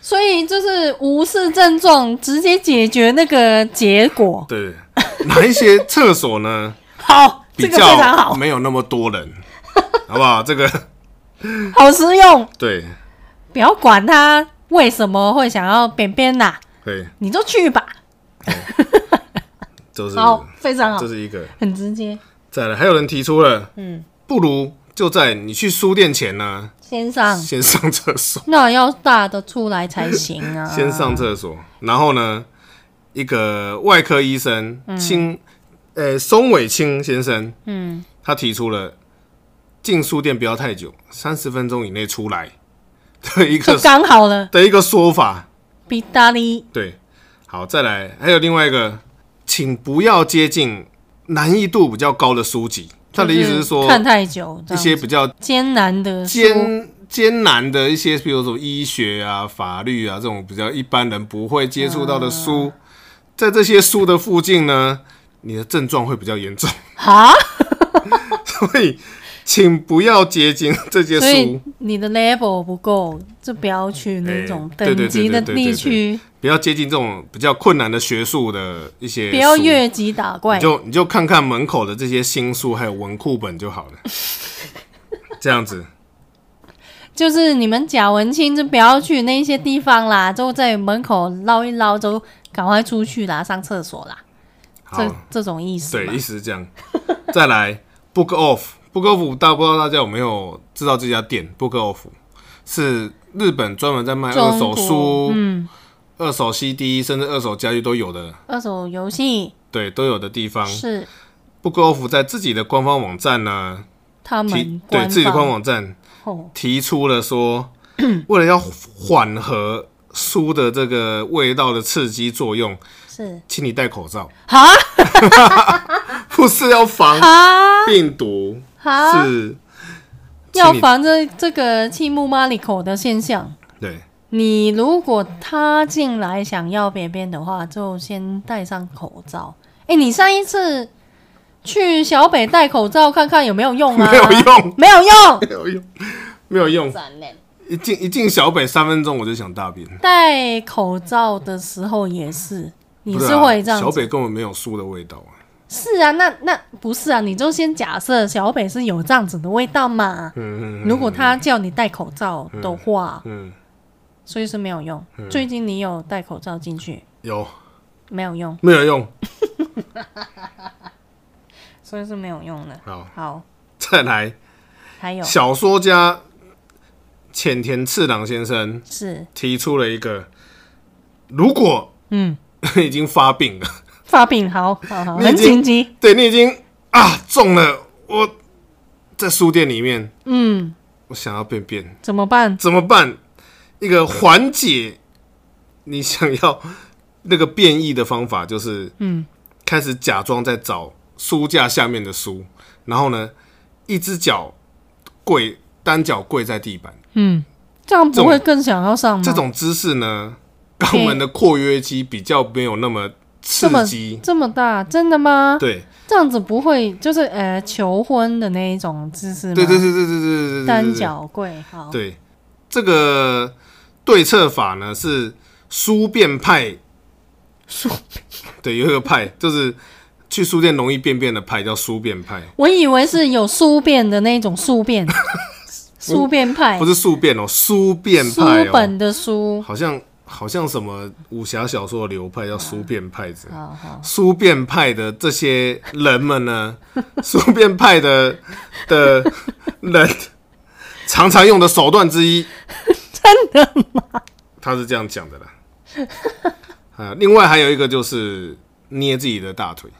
S1: 所以就是无视症状，直接解决那个结果。
S2: 对，哪一些厕所 呢
S1: 好，这
S2: 比
S1: 个非常
S2: 较
S1: 好，
S2: 没有那么多人， 好不好？这个
S1: 好实用。
S2: 对
S1: 不要管他为什么会想要扁扁啦，
S2: 对，
S1: 你就去吧。
S2: 就是
S1: 好，非常好
S2: 这，是一个。
S1: 很直接。
S2: 再来，还有人提出了，
S1: 嗯，
S2: 不如就在你去书店前呢，
S1: 先上，
S2: 先上厕所，
S1: 那要大的出来才行啊。
S2: 先上厕所，然后呢，一个外科医生清，呃，松尾清先生，
S1: 嗯，
S2: 他提出了进书店不要太久，三十分钟以内出来 的一
S1: 就
S2: 个
S1: 刚好了，
S2: 的一个说法。
S1: 比达利
S2: 对，好，再来，还有另外一个，请不要接近难易度比较高的书籍。他的意思是
S1: 就
S2: 说，
S1: 看太久，这
S2: 一
S1: 样
S2: 些比较
S1: 艰难的书
S2: 艰艰难的一些，比如说医学啊、法律啊这种比较一般人不会接触到的书，
S1: 啊
S2: 在这些书的附近呢，你的症状会比较严重。
S1: 哈，
S2: 所以请不要接近这些
S1: 所以
S2: 书，
S1: 你的 level 不够，就不要去那种
S2: 哎对对
S1: 等级的
S2: 对对对对
S1: 地区，
S2: 不要接近这种比较困难的学术的一些
S1: 不要
S2: 书
S1: 越级打怪
S2: 你。就你就看看门口的这些新书还有文库本就好了，这样子。
S1: 就是你们假文青就不要去那些地方啦，就在门口捞一捞，就赶快出去啦，上厕所啦，
S2: 好
S1: 这，这种意思
S2: 对，
S1: 嘛
S2: 意。思是这样。 再来，Book Off，Book Off，大不知道大家有没有知道这家店？Book Off 是日本专门在卖二
S1: 中
S2: 手
S1: 国，
S2: 书、
S1: 嗯，
S2: 二手 CD，甚至二手家具都有的，
S1: 二手游戏
S2: 对，都有的地方。
S1: 是
S2: Book Off 在自己的官方网站呢，
S1: 他
S2: 提
S1: 们
S2: 对
S1: 官
S2: 自己的
S1: 方
S2: 官方网站
S1: 哦，
S2: 提出了说，为了要缓和书的这个味道的刺激作用，
S1: 是
S2: 请你戴口罩，
S1: 哈
S2: 不是要防
S1: 哈
S2: 病毒，
S1: 哈，
S2: 是
S1: 啊要
S2: 请你
S1: 防着这个气木马里口的现象。
S2: 对
S1: 你如果他进来想要便便的话，就先戴上口罩。哎，你上一次去小北戴口罩看看有没有用啊？
S2: 没有用，
S1: 没有用。
S2: 没有用，没有用。一进一进小北三分钟我就想大便，
S1: 戴口罩的时候也是，你
S2: 不
S1: 是
S2: 啊
S1: 会这样子？
S2: 小北根本没有书的味道啊，
S1: 是啊，那那不是啊，你就先假设小北是有这样子的味道嘛。
S2: 嗯嗯
S1: 如果他叫你戴口罩的话，
S2: 嗯，
S1: 所以是没有用。最近你有戴口罩进去，
S2: 有
S1: 没有用，
S2: 没有用？
S1: 所以是没有用的。
S2: 好，
S1: 好，
S2: 再来
S1: 还有
S2: 小说家浅田次郎先生
S1: 是
S2: 提出了一个，如果
S1: 嗯
S2: 已经发病了，
S1: 发病，好好好，
S2: 你已
S1: 很
S2: 经
S1: 紧急。
S2: 对你已经啊中了，我在书店里面
S1: 嗯，
S2: 我想要便便，
S1: 怎么办？
S2: 怎么办？一个缓解你想要那个变异的方法，就是
S1: 嗯，
S2: 开始假装在找书架下面的书，然后呢，一只脚跪，单脚跪在地板，
S1: 嗯，这样
S2: 这
S1: 不
S2: 种
S1: 会更想要上吗？
S2: 这种姿势呢，肛门的括约肌比较没有那么刺
S1: 这么
S2: 激。
S1: 这么大，真的吗？
S2: 对
S1: 这样子不会就是呃求婚的那一种姿势吗？
S2: 对对对对对对对对，对
S1: 单脚跪，好，
S2: 对这个对策法呢是书变派，
S1: 书
S2: 对有一个派就是去书店容易便便的派叫书变派，
S1: 我以为是有宿便的那种宿 便，宿便派
S2: 不，是宿便哦，书变
S1: 书
S2: 派哦，
S1: 本的书，
S2: 好像好像什么武侠小说的流派叫书变派子。
S1: 好好，
S2: 书变派的这些人们呢， 书变派的的人常常用的手段之一，
S1: 真的
S2: 他是这样讲的啦。啊，另外还有一个就是捏自己的大腿，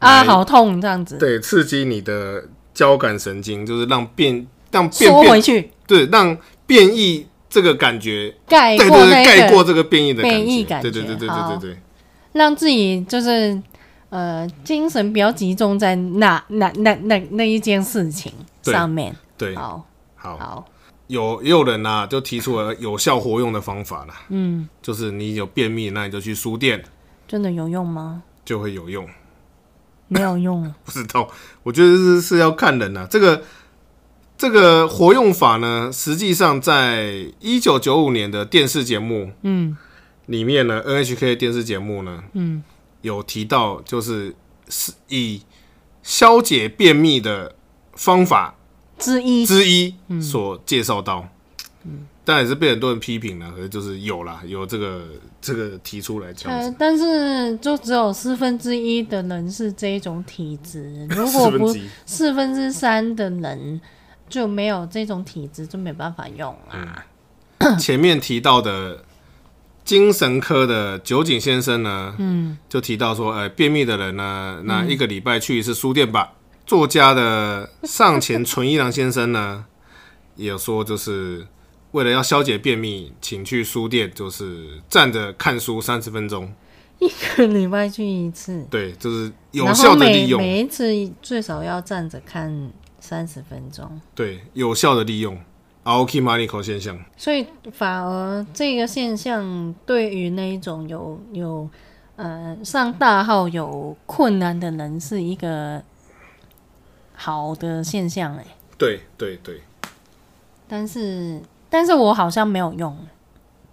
S1: 啊，好痛，这样子
S2: 哎对，刺激你的交感神经，就是让变让变
S1: 缩回
S2: 变
S1: 去，
S2: 对让变异这个感觉，
S1: 盖
S2: 对
S1: 哎过
S2: 对对，盖
S1: 那
S2: 过
S1: 个，
S2: 这个变异的
S1: 变异感
S2: 对对
S1: 觉
S2: 对对
S1: 好
S2: 对对对，
S1: 让自己就是呃精神比较集中在那那那那那一件事情
S2: 对
S1: 上面，
S2: 对
S1: 好
S2: 好
S1: 好，
S2: 有也有人呐、就提出了有效活用的方法啦，
S1: 嗯，
S2: 就是你有便秘，那你就去书店
S1: 真的有用吗？
S2: 就会有用。
S1: 没有用，
S2: 不知道，我觉得是是要看人呐、啊这个这个活用法呢，实际上在一九九五年的电视节目
S1: 嗯
S2: 里面呢，NHK 电视节目呢
S1: 嗯。
S2: 有提到，就是是以消解便秘的方法
S1: 之一。
S2: 之一
S1: 嗯
S2: 所介绍到。当然也是被很多人批评了，可是就是有啦，有这个这个提出来这样
S1: 呃
S2: 子，，
S1: 但是就只有四分之一的人是这一种体 质，如
S2: 四
S1: 果
S2: 分
S1: 不
S2: 之一，
S1: 四分之三的人就没有这种体质，就没办法用
S2: 嗯
S1: 啊。
S2: 前面提到的精神科的酒井先生呢，
S1: 嗯，
S2: 就提到说，呃，便秘的人呢，那一个礼拜去一次书店吧。作家的上前纯一郎先生呢， 也有说，就是为了要消解便秘，请去书店，就是站着看书三十分钟。
S1: 一个礼拜去一次，
S2: 对，就是有
S1: 然
S2: 效
S1: 后
S2: 的利
S1: 每
S2: 用，
S1: 每一次最少要站着看三十分钟，
S2: 对，有效的利用 Aoki Manico 现象。
S1: 所以反而这个现象对于那一种有有呃上大号有困难的人是一个好的现象哎、
S2: 对对对，
S1: 但是但是我好像没有用，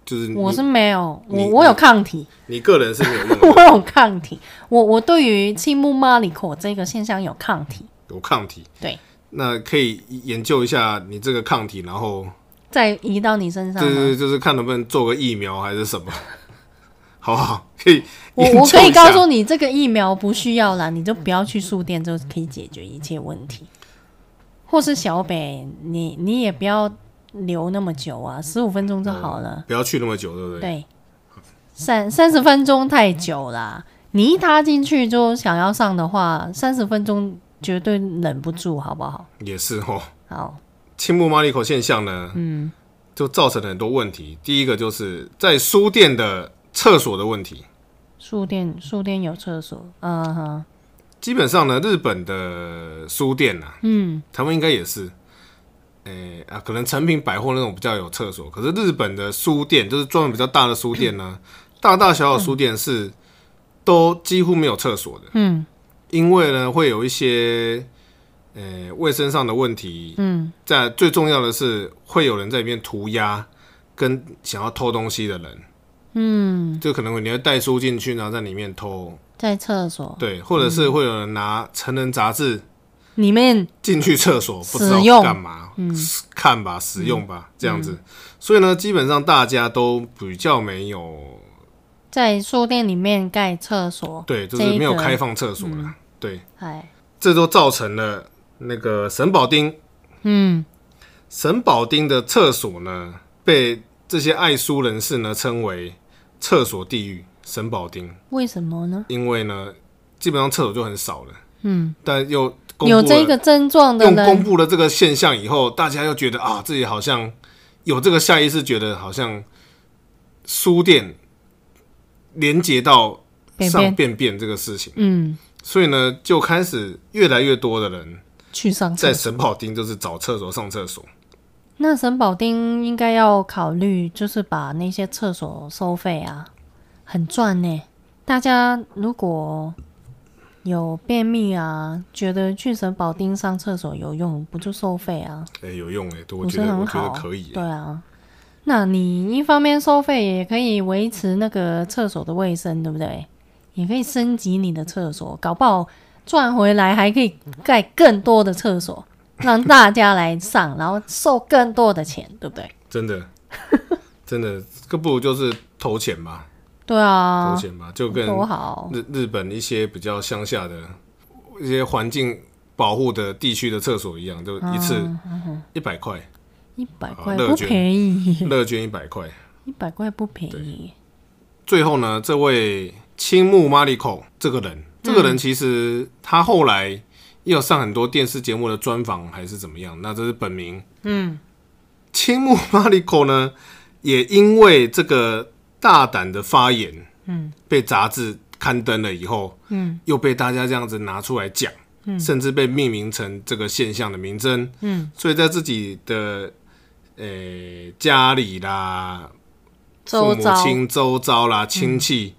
S2: 就是你
S1: 我是没有，
S2: 你
S1: 我我有抗体，
S2: 你个人是没有用的，
S1: 我有抗体，我我对于青木马里口这个现象有抗体，
S2: 有抗体。
S1: 对，
S2: 那可以研究一下你这个抗体，然后
S1: 再移到你身上
S2: 对对
S1: 吗？
S2: 对，就是看能不能做个疫苗还是什么， 好不好？可以
S1: 我
S2: 研究
S1: 我可以
S2: 一下
S1: 告诉你，这个疫苗不需要啦，你就不要去书店，就可以解决一切问题。或是小北，你你也不要留那么久啊，十五分钟就好了。
S2: 不要去那么久，对不对？
S1: 对，三三十分钟太久啦。你一踏进去就想要上的话，三十分钟绝对忍不住，好不好？
S2: 也是哦。
S1: 好，
S2: 青木马里口现象呢，嗯，就造成了很多问题。第一个就是在书店的厕所的问题，
S1: 书店书店有厕所，嗯哼，
S2: 基本上呢，日本的书店啊，
S1: 嗯，
S2: 他们应该也是，诶、啊，可能成品百货那种比较有厕所，可是日本的书店就是专门比较大的书店 呢，大大小小书店是都几乎没有厕所的，
S1: 嗯，
S2: 因为呢会有一些。呃，卫生上的问题，
S1: 嗯，
S2: 在最重要的是会有人在里面涂鸦，跟想要偷东西的人，嗯，就可能你会带书进去，然后在里面偷，
S1: 在厕所
S2: 对，或者
S1: 嗯
S2: 是会有人拿成人杂志，
S1: 里面，
S2: 进去厕所不知道
S1: 使用嗯
S2: 干嘛，看吧，使用吧，这样子。所以呢，基本上大家都比较没有
S1: 在书店里面盖厕所，
S2: 对，就
S1: 这
S2: 是
S1: 一个
S2: 没有开放厕所了。对，
S1: 哎，
S2: 这都造成了那个沈保町，
S1: 嗯，
S2: 沈保町的厕所呢，被这些爱书人士呢称为厕所地狱。沈保町，
S1: 为什么呢？
S2: 因为呢，基本上厕所就很少了，
S1: 嗯，
S2: 但又公布
S1: 有这
S2: 了
S1: 个症状的
S2: 用嗯公
S1: 人，
S2: 布了这个现象以后，大家又觉得啊，自己好像有这个下意识，觉得好像书店连接到
S1: 便
S2: 上
S1: 便，
S2: 便便这个事情，
S1: 嗯，
S2: 所以呢，就开始越来越多的人
S1: 去上厕
S2: 在
S1: 所。
S2: 神跑町就是找厕所上厕所。
S1: 那沈保町应该要考虑，就是把那些厕所收费啊，很赚呢、大家如果有便秘啊，觉得去沈保町上厕所有用，不就收费啊？
S2: 哎、有用哎、对我
S1: 不
S2: 觉
S1: 是
S2: 得我
S1: 很
S2: 觉
S1: 好？
S2: 得可以、
S1: 对啊，那你一方面收费，也可以维持那个厕所的卫生，对不对？也可以升级你的厕所，搞不好赚回来还可以盖更多的厕所，让大家来上，然后收更多的钱，对不对？
S2: 真的，真的，这不如就是投钱吧，
S1: 对啊
S2: 投，钱吧，就跟
S1: 多好！
S2: 日日本一些比较乡下的一些环境保护的地区的厕所一样，就一次一百块，
S1: 一百块
S2: 乐
S1: 不
S2: 捐
S1: 便宜，
S2: 乐捐一百块。
S1: 一百块不便宜。
S2: 最后呢，这位青木 Mariko 这个人，这个人其实他后来也有上很多电视节目的专访，还是怎么样？那这是本名。嗯，青木 Mariko 呢，也因为这个大胆的发言，嗯，被杂志刊登了以后，嗯，又被大家这样子拿出来讲。甚至被命名成这个现象的名称，嗯，所以在自己的呃家里啦、
S1: 周
S2: 父母
S1: 遭
S2: 亲周遭啦、亲戚，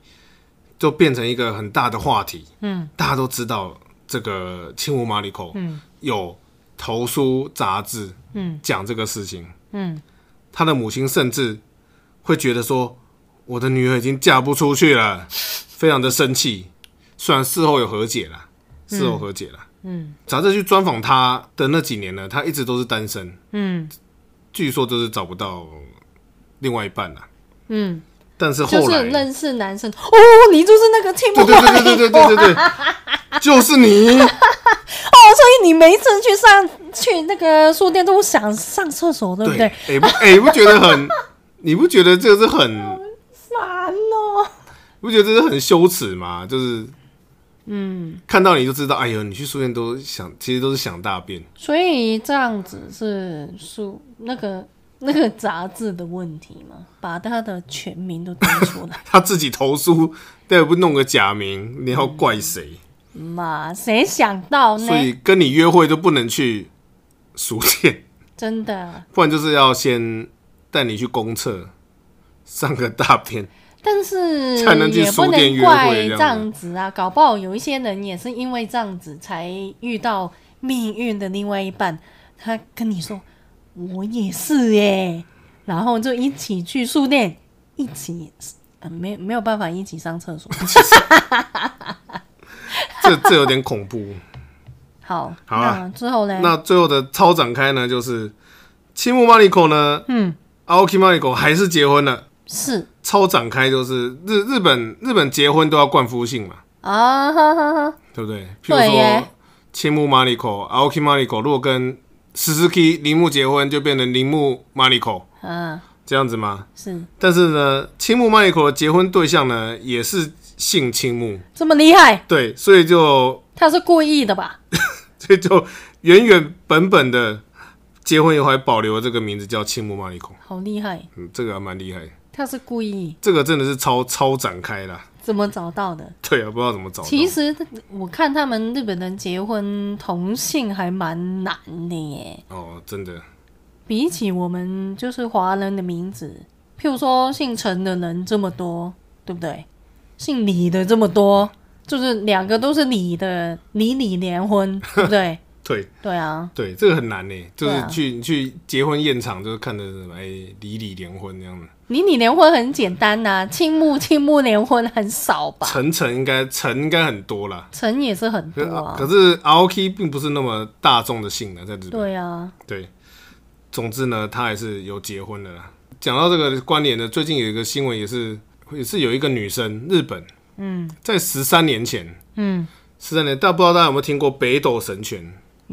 S2: 就变成一个很大的话题。嗯，大家都知道这个青木马里口，嗯，有投书杂志，嗯，讲这个事情，
S1: 嗯，
S2: 他的母亲甚至会觉得说，我的女儿已经嫁不出去了，非常的生气。虽然事后有和解了，事后和解了，嗯，杂志去专访他的那几年呢，他一直都是单身，
S1: 嗯
S2: 据说就是找不到另外一半了。
S1: 嗯，
S2: 但是
S1: 就
S2: 后来
S1: 是认识男生哦，你就是那个听
S2: 对对对对
S1: 不惯的
S2: 对对对对对，就是你，
S1: 哦，所 以你每一次去上去那个书店都想上厕所，对不对？
S2: 哎不哎不觉得很，你不觉得这是很，
S1: 烦哦，
S2: 不觉得这是很羞耻吗？就是，嗯，看到你就知道，哎呦，你去书店都想，其实都是想大便，，
S1: 所以这样子是书那个那个杂志的问题嘛，把他的全名都登出来
S2: 他自己投书，但不弄个假名，你要怪谁？
S1: 妈，谁想到呢
S2: 所？以跟你约会都不能去书店，
S1: 真的，啊
S2: 不然就是要先带你去公厕上个大便。
S1: 但是
S2: 才能去
S1: 也不
S2: 书店
S1: 能
S2: 约会
S1: 怪
S2: 这样子
S1: 这样子啊，搞不好有一些人也是因为这样子才遇到命运的另外一半，他跟你说我也是耶，然后就一起去宿店，一起呃没没有办法一起上厕所。
S2: 这这有点恐怖。
S1: 好，
S2: 好啊
S1: 那之后呢？
S2: 那最后的超展开呢，就是青木马里口呢，
S1: 嗯，
S2: ，Aoki 马里口还是结婚了。
S1: 是
S2: 超展开就是日日本日本结婚都要冠夫姓嘛，
S1: 啊，哈哈哈，
S2: 对不对？譬
S1: 对
S2: 如
S1: 耶
S2: 说青木马里口、Aoki 马里口，如果跟 Suzuki 铃木结婚，就变成铃木马里口
S1: 啊，
S2: 这样子吗？
S1: 是
S2: 但是呢，青木马里口的结婚对象呢也是姓青木，
S1: 这么厉害，
S2: 对，所以就
S1: 他是故意的吧？
S2: 所以就原原本本的结婚以后还保留这个名字叫青木马里口，
S1: 好厉害，
S2: 嗯，这个还蛮厉害的，
S1: 他是故意，
S2: 这个真的是超超展开啦。
S1: 怎么找到的？
S2: 对啊，不知道怎么找到。
S1: 其实我看他们日本人结婚同性还蛮难的耶，
S2: 哦，真的，
S1: 比起我们就是华人的名字，譬如说姓陈的人这么多，对不对？姓李的这么多，就是两个都是李的，李李联婚，对不对？
S2: 对
S1: 对啊，
S2: 对，这个很难呢，就
S1: 对
S2: 是
S1: 啊
S2: 去、你去结婚宴场，就是看的是什么哎离离联婚这样的，
S1: 李李联婚很简单呐、青木青木联婚很少吧？
S2: 陈陈应该陈应该很多啦。
S1: 陈也是很
S2: 可
S1: 多
S2: 是、
S1: 啊，
S2: 可是 Aoki 并不是那么大众的姓呢，在日本。
S1: 对啊，
S2: 对，总之呢，他还是有结婚的啦。讲到这个关联呢，最近有一个新闻也是也是有一个女生，日本，嗯，在十三年前，
S1: 嗯，
S2: 十三年，但不知道大家有没有听过《北斗神拳》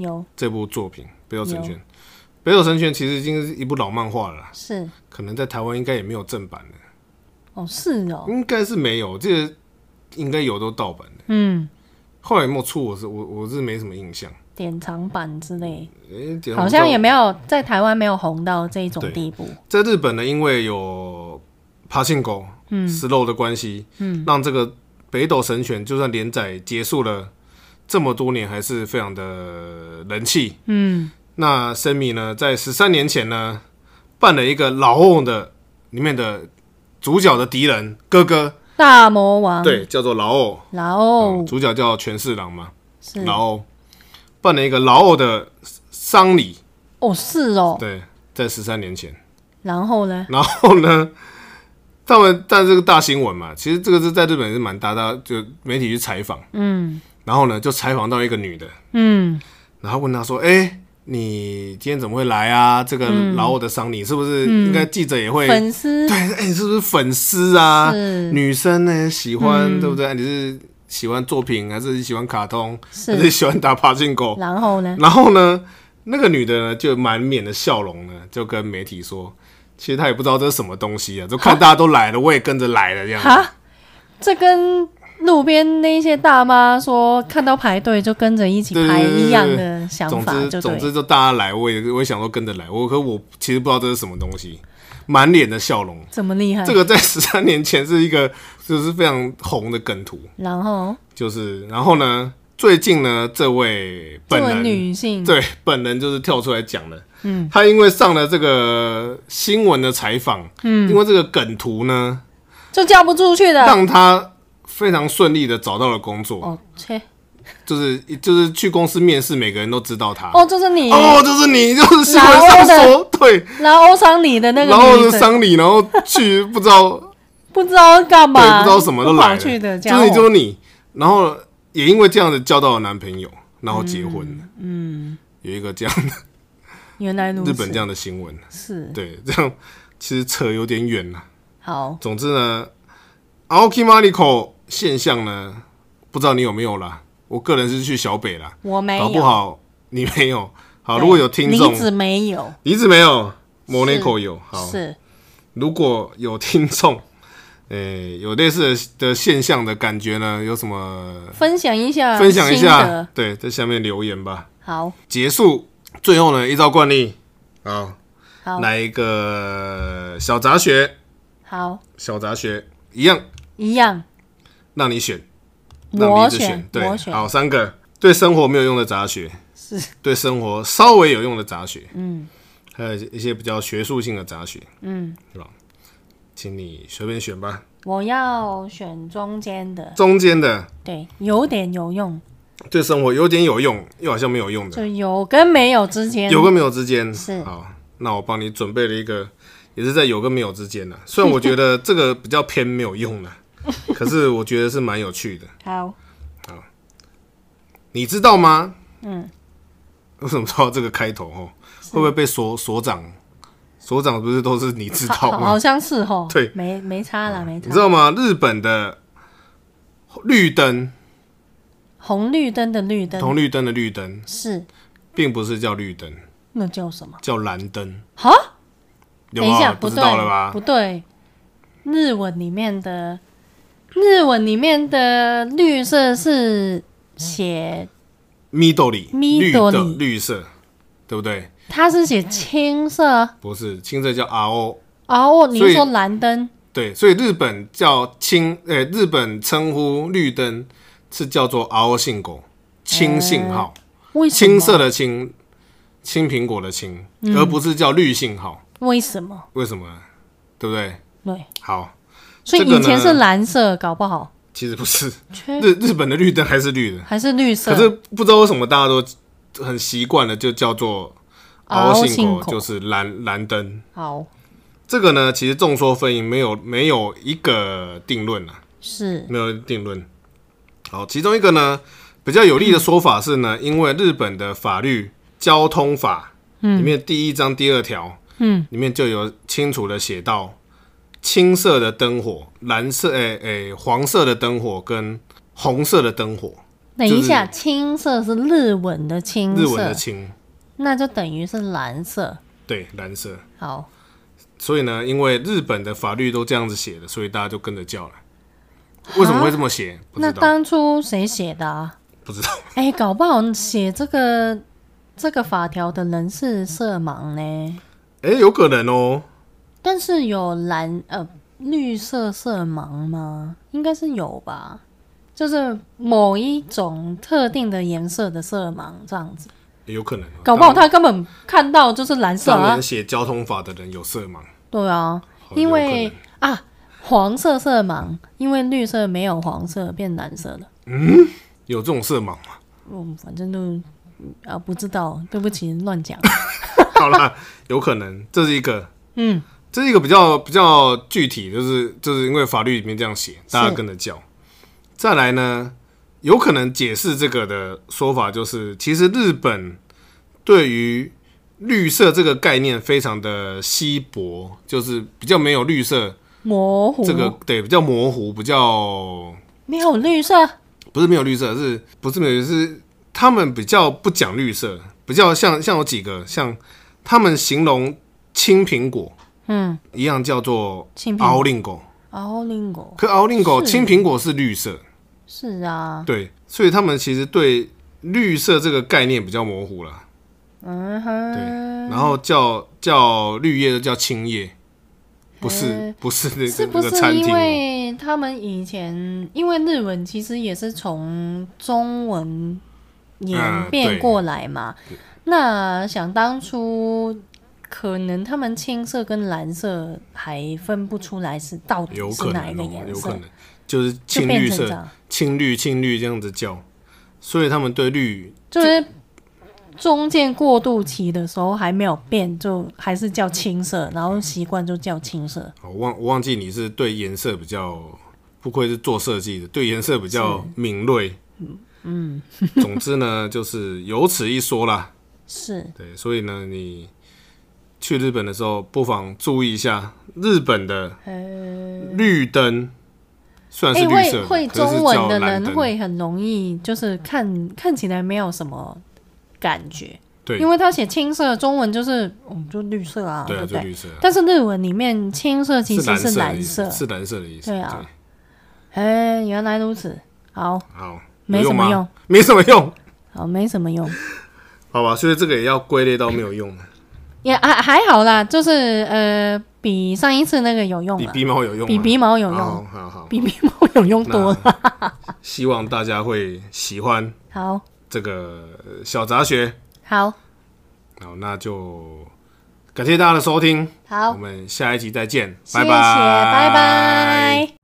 S1: 有
S2: 这部作品，《北斗神拳》。《北斗神拳》其实已经是一部老漫画了啦，
S1: 是
S2: 可能在台湾应该也没有正版的，
S1: 哦是哦，
S2: 应该是没有，这个应该有都盗版的。
S1: 嗯，
S2: 后来有没有出，我是我我是没什么印象。
S1: 典藏版之类，
S2: 诶等一下
S1: 好
S2: 我
S1: 像
S2: 们
S1: 也没有在台湾没有红到这种
S2: 对
S1: 地步，
S2: 在日本呢，因为有爬行狗、嗯、石漏的关系，嗯，让这个北斗神拳就算连载结束了这么多年，还是非常的人气。
S1: 嗯，
S2: 那生米呢，在十三年前呢，办了一个老瓮的里面的主角的敌人哥哥，
S1: 大魔王，
S2: 对，叫做老偶，
S1: 然
S2: 嗯
S1: 后
S2: 主角叫全侍郎嘛，
S1: 哦是
S2: 老偶办了一个老偶的丧礼，
S1: 哦是哦，
S2: 对，在十三年前。
S1: 然后呢，
S2: 然后呢， 他们但这个大新闻嘛，其实这个是在日本也是蛮大，大家就媒体去采访，
S1: 嗯
S2: 然后呢就采访到一个女的，
S1: 嗯
S2: 然后问她说：“哎、你今天怎么会来啊？这个老我的丧礼是不是应该记者也会、
S1: 嗯粉丝
S2: 对？哎、你是不是粉丝啊？
S1: 是嗯
S2: 女生呢喜欢、对不对？你是喜欢作品还是喜欢卡通，还是
S1: 是，
S2: 喜欢打爬进狗？
S1: 然后呢，
S2: 然后呢，那个女的呢就满脸的笑容呢，就跟媒体说，其实她也不知道这是什么东西啊，就看大家都来了，我也跟着来了这样子。
S1: 哈，这跟路边那些大妈说看到排队就跟着一起
S2: 对
S1: 排
S2: 对对对
S1: 一样
S2: 对
S1: 的想
S2: 总
S1: 法，
S2: 之，
S1: 就
S2: 总
S1: 对，
S2: 之就大家来，我也我也想说跟着来，我可我其实不知道这是什么东西，满脸的笑容。
S1: 这么厉害
S2: 这，个在十三年前是一个就是非常红的梗图，
S1: 然后
S2: 就是然后呢，最近呢，这位
S1: 作
S2: 本
S1: 为
S2: 人
S1: 女性，
S2: 对，本人就是跳出来讲的。
S1: 嗯，
S2: 他因为上了这个新闻的采访，
S1: 嗯，
S2: 因为这个梗图呢，
S1: 就嫁不出去的，
S2: 让他非常顺利的找到了工作，
S1: 哦切，
S2: 就是就是去公司面试，每个人都知道他。
S1: 哦就是你，
S2: 哦就是你，就是新闻上
S1: 然
S2: 说对，
S1: 然后欧伤你的那
S2: 然后
S1: 个女
S2: 是
S1: 子，
S2: 丧礼，然后去不 知道
S1: 不知道干
S2: 对
S1: 嘛，
S2: 不知道什么都
S1: 不
S2: 来
S1: 跑
S2: 了，
S1: 去的，
S2: 就是你就是你，然后也因为这样子交到了男朋友，然后结婚了，
S1: 嗯，
S2: 有一个这样的
S1: 原来如此，
S2: 日本这样的新闻，
S1: 是
S2: 对，这样其实扯有点远了。啊
S1: 好，
S2: 总之呢，Aoki Mariko 现象呢，不知道你有没有啦。我个人是去小北啦，
S1: 我没有，
S2: 搞不好你没有。好，
S1: 对
S2: 如果有听众
S1: 梨，子没有，
S2: 梨子没有，Monaco 有。好，
S1: 是
S2: 如果有听众， 呃、有类似的的现象的感觉呢，有什么
S1: 分享一下，
S2: 分享一
S1: 呃心
S2: 下
S1: 得？
S2: 对，在下面留言吧。
S1: 好
S2: 结束，最后呢，依照惯例，好，
S1: 好
S2: 来一个小杂学，
S1: 好
S2: 小杂学一样
S1: 一样，
S2: 让你选。让你
S1: 我
S2: 一直
S1: 选
S2: 对
S1: 我，选
S2: 好，三个对生活没有用的杂学，
S1: 是
S2: 对生活稍微有用的杂学，
S1: 嗯
S2: 还有一些比较学术性的杂学，
S1: 嗯，
S2: 请你随便选吧。
S1: 我要选中间的，
S2: 中间的
S1: 对，有点有用，
S2: 对生活有点有用，又好像没有用的，
S1: 就有跟没有之间，
S2: 有跟没有之间。
S1: 是
S2: 好，那我帮你准备了一个，也是在有跟没有之间的。虽然我觉得这个比较偏没 有用的，可是我觉得是蛮有趣的。
S1: 好，
S2: 你知道吗？嗯，为什么知道这个开头？哦，会不会被所所长？所长不是都是你知
S1: 好
S2: 道
S1: 好
S2: 吗
S1: 好？像是吼，
S2: 对嗯
S1: 没没差啦，没
S2: 你
S1: 差
S2: 知。道吗？日本的绿灯，
S1: 红绿灯的绿灯
S2: 红绿灯的绿灯，
S1: 是
S2: 并不是叫绿灯，
S1: 那叫什么？
S2: 叫蓝灯。
S1: 哈，
S2: 有
S1: 等
S2: 没
S1: 一下，
S2: 有
S1: 不
S2: 不知
S1: 对
S2: 道了吧
S1: 不？对，日文里面的日文里面的绿色是写，
S2: 米豆里，绿的
S1: Midori
S2: 绿色，对不对？
S1: 它是写青色。
S2: 不是，青色叫 R O，
S1: 哦，你
S2: 所
S1: 是
S2: 以
S1: 说蓝灯？
S2: 对，所以日本叫青，呃、日本称呼绿灯是叫做 R O 信狗，青信
S1: 嗯
S2: 号，
S1: 为什么？
S2: 青色的青，青苹果的青，而不是叫绿信号，
S1: 为什么？
S2: 为什么呢？对不对？
S1: 对，
S2: 好，
S1: 所以
S2: 这个
S1: 以
S2: 呢
S1: 前是蓝色，搞不好
S2: 其实不是，
S1: 缺
S2: 日日本的绿灯还是绿的，
S1: 还是绿色。哦
S2: 可是不知道为什么大家都很习惯了，就叫做 R O 信狗，
S1: 啊口
S2: 就是蓝蓝灯。
S1: 好
S2: 这个呢，其实众说纷纭，没有没有一个定论啊，
S1: 是
S2: 没有定论。好，其中一个呢比较有力的说法是呢，
S1: 嗯
S2: 因为日本的法律《交通法》里面第一章第二条，
S1: 嗯，
S2: 里面就有清楚的写到，青色的灯火、蓝色诶诶、黄色的灯火跟红色的灯火，
S1: 等一下，
S2: 就
S1: 青色是日文的青
S2: 日文
S1: 色
S2: 的，青，
S1: 那就等于是蓝色。
S2: 对，蓝色。
S1: 好，
S2: 所以呢，因为日本的法律都这样子写的，所以大家就跟着叫了。为什么会这么写？不
S1: 那
S2: 知道，
S1: 当初谁写的啊？
S2: 不知道。
S1: 哎、搞不好写这个这个法条的人是色盲呢，
S2: 哎、有可能哦。
S1: 但是有蓝呃绿色色盲吗？应该是有吧，就是某一种特定的颜色的色盲这样子，
S2: 也有可能哦、
S1: 搞不好他根本看到就是蓝色
S2: 当当
S1: 啊
S2: 年，写交通法的人有色盲，
S1: 对啊，
S2: 好
S1: 因为
S2: 有可能
S1: 啊黄色色盲，因为绿色没有黄色变蓝色了，
S2: 有这种色盲嘛。
S1: 嗯，反正都。啊，不知道，对不起，乱 讲。
S2: 好啦，有可能，这是一个，
S1: 嗯，
S2: 这是一个比较比较具体，就是就是因为法律里面这样写，大家跟着叫。再来呢，有可能解释这个的说法就是，其实日本对于绿色这个概念非常的稀薄，就是比较没有绿色
S1: 模糊，
S2: 这个，对，比较模糊，比较
S1: 没有绿色，
S2: 不是没有绿色，是不是没有绿色？是他们比较不讲绿色，比较像像有几个像他们形容青苹果
S1: 嗯，
S2: 一样叫做
S1: 青苹果
S2: 奥令果，
S1: 奥林果
S2: 可奥令果
S1: 是
S2: 青苹果是绿色，
S1: 是啊，
S2: 对，所以他们其实对绿色这个概念比较模糊了，
S1: 嗯
S2: 对，
S1: 哼，
S2: 然后叫叫绿叶就叫青叶，不是
S1: 嗯
S2: 不是那
S1: 是
S2: 个
S1: 不
S2: 那个
S1: 是
S2: 餐厅
S1: 因
S2: 哦，
S1: 为他们以前因为日文其实也是从中文演变过来
S2: 啊
S1: 嘛？那想当初。可能他们青色跟蓝色还分不出来是到底
S2: 有
S1: 是
S2: 可
S1: 哪一
S2: 能
S1: 个
S2: 哦，
S1: 颜
S2: 有
S1: 色，
S2: 可能就是
S1: 就
S2: 青
S1: 变
S2: 绿
S1: 成这
S2: 色、
S1: 样，
S2: 青绿、青绿这样子叫，所以他们对绿
S1: 就是中间过渡期的时候还没有变，就还是叫青色，然后习惯就叫青色。
S2: 哦我忘我忘记你是对颜色比较，不愧是做设计的，对颜色比较敏锐。嗯，总之呢，就是有此一说啦。
S1: 是
S2: 对，所以呢，你去日本的时候，不妨注意一下日本的绿灯，虽然
S1: 哎、
S2: 是绿色
S1: 会会
S2: 的，可是
S1: 中
S2: 是
S1: 文
S2: 叫
S1: 的
S2: 蓝
S1: 人
S2: 灯，
S1: 会很容易，就是看看起来没有什么感觉，
S2: 对
S1: 因为他写青色，中文就是嗯就绿色啊，
S2: 对啊，
S1: 不
S2: 就
S1: 对？
S2: 绿色啊，
S1: 但是日文里面青色其实
S2: 是蓝
S1: 蓝
S2: 色
S1: 色
S2: 的意思，，是蓝色的意思。
S1: 对啊哎、原来如此，好，
S2: 对，好，
S1: 没
S2: 有
S1: 什么
S2: 吗
S1: 用，
S2: 没什么用，
S1: 好，没什么用，
S2: 好吧，所以这个也要归类到没有用的，
S1: 也还还好啦，就是呃，比上一次那个有用
S2: 比哦
S1: 了，
S2: 鼻毛有用吗，
S1: 比鼻毛有用，
S2: 好好好。
S1: 比鼻毛有用多了，
S2: 希望大家会喜欢
S1: 好
S2: 这个呃小杂学。
S1: 好
S2: 好，那就感谢大家的收听，我
S1: 好，
S2: 们下一集再见，
S1: 谢
S2: 拜
S1: 谢，
S2: 拜，
S1: 拜拜。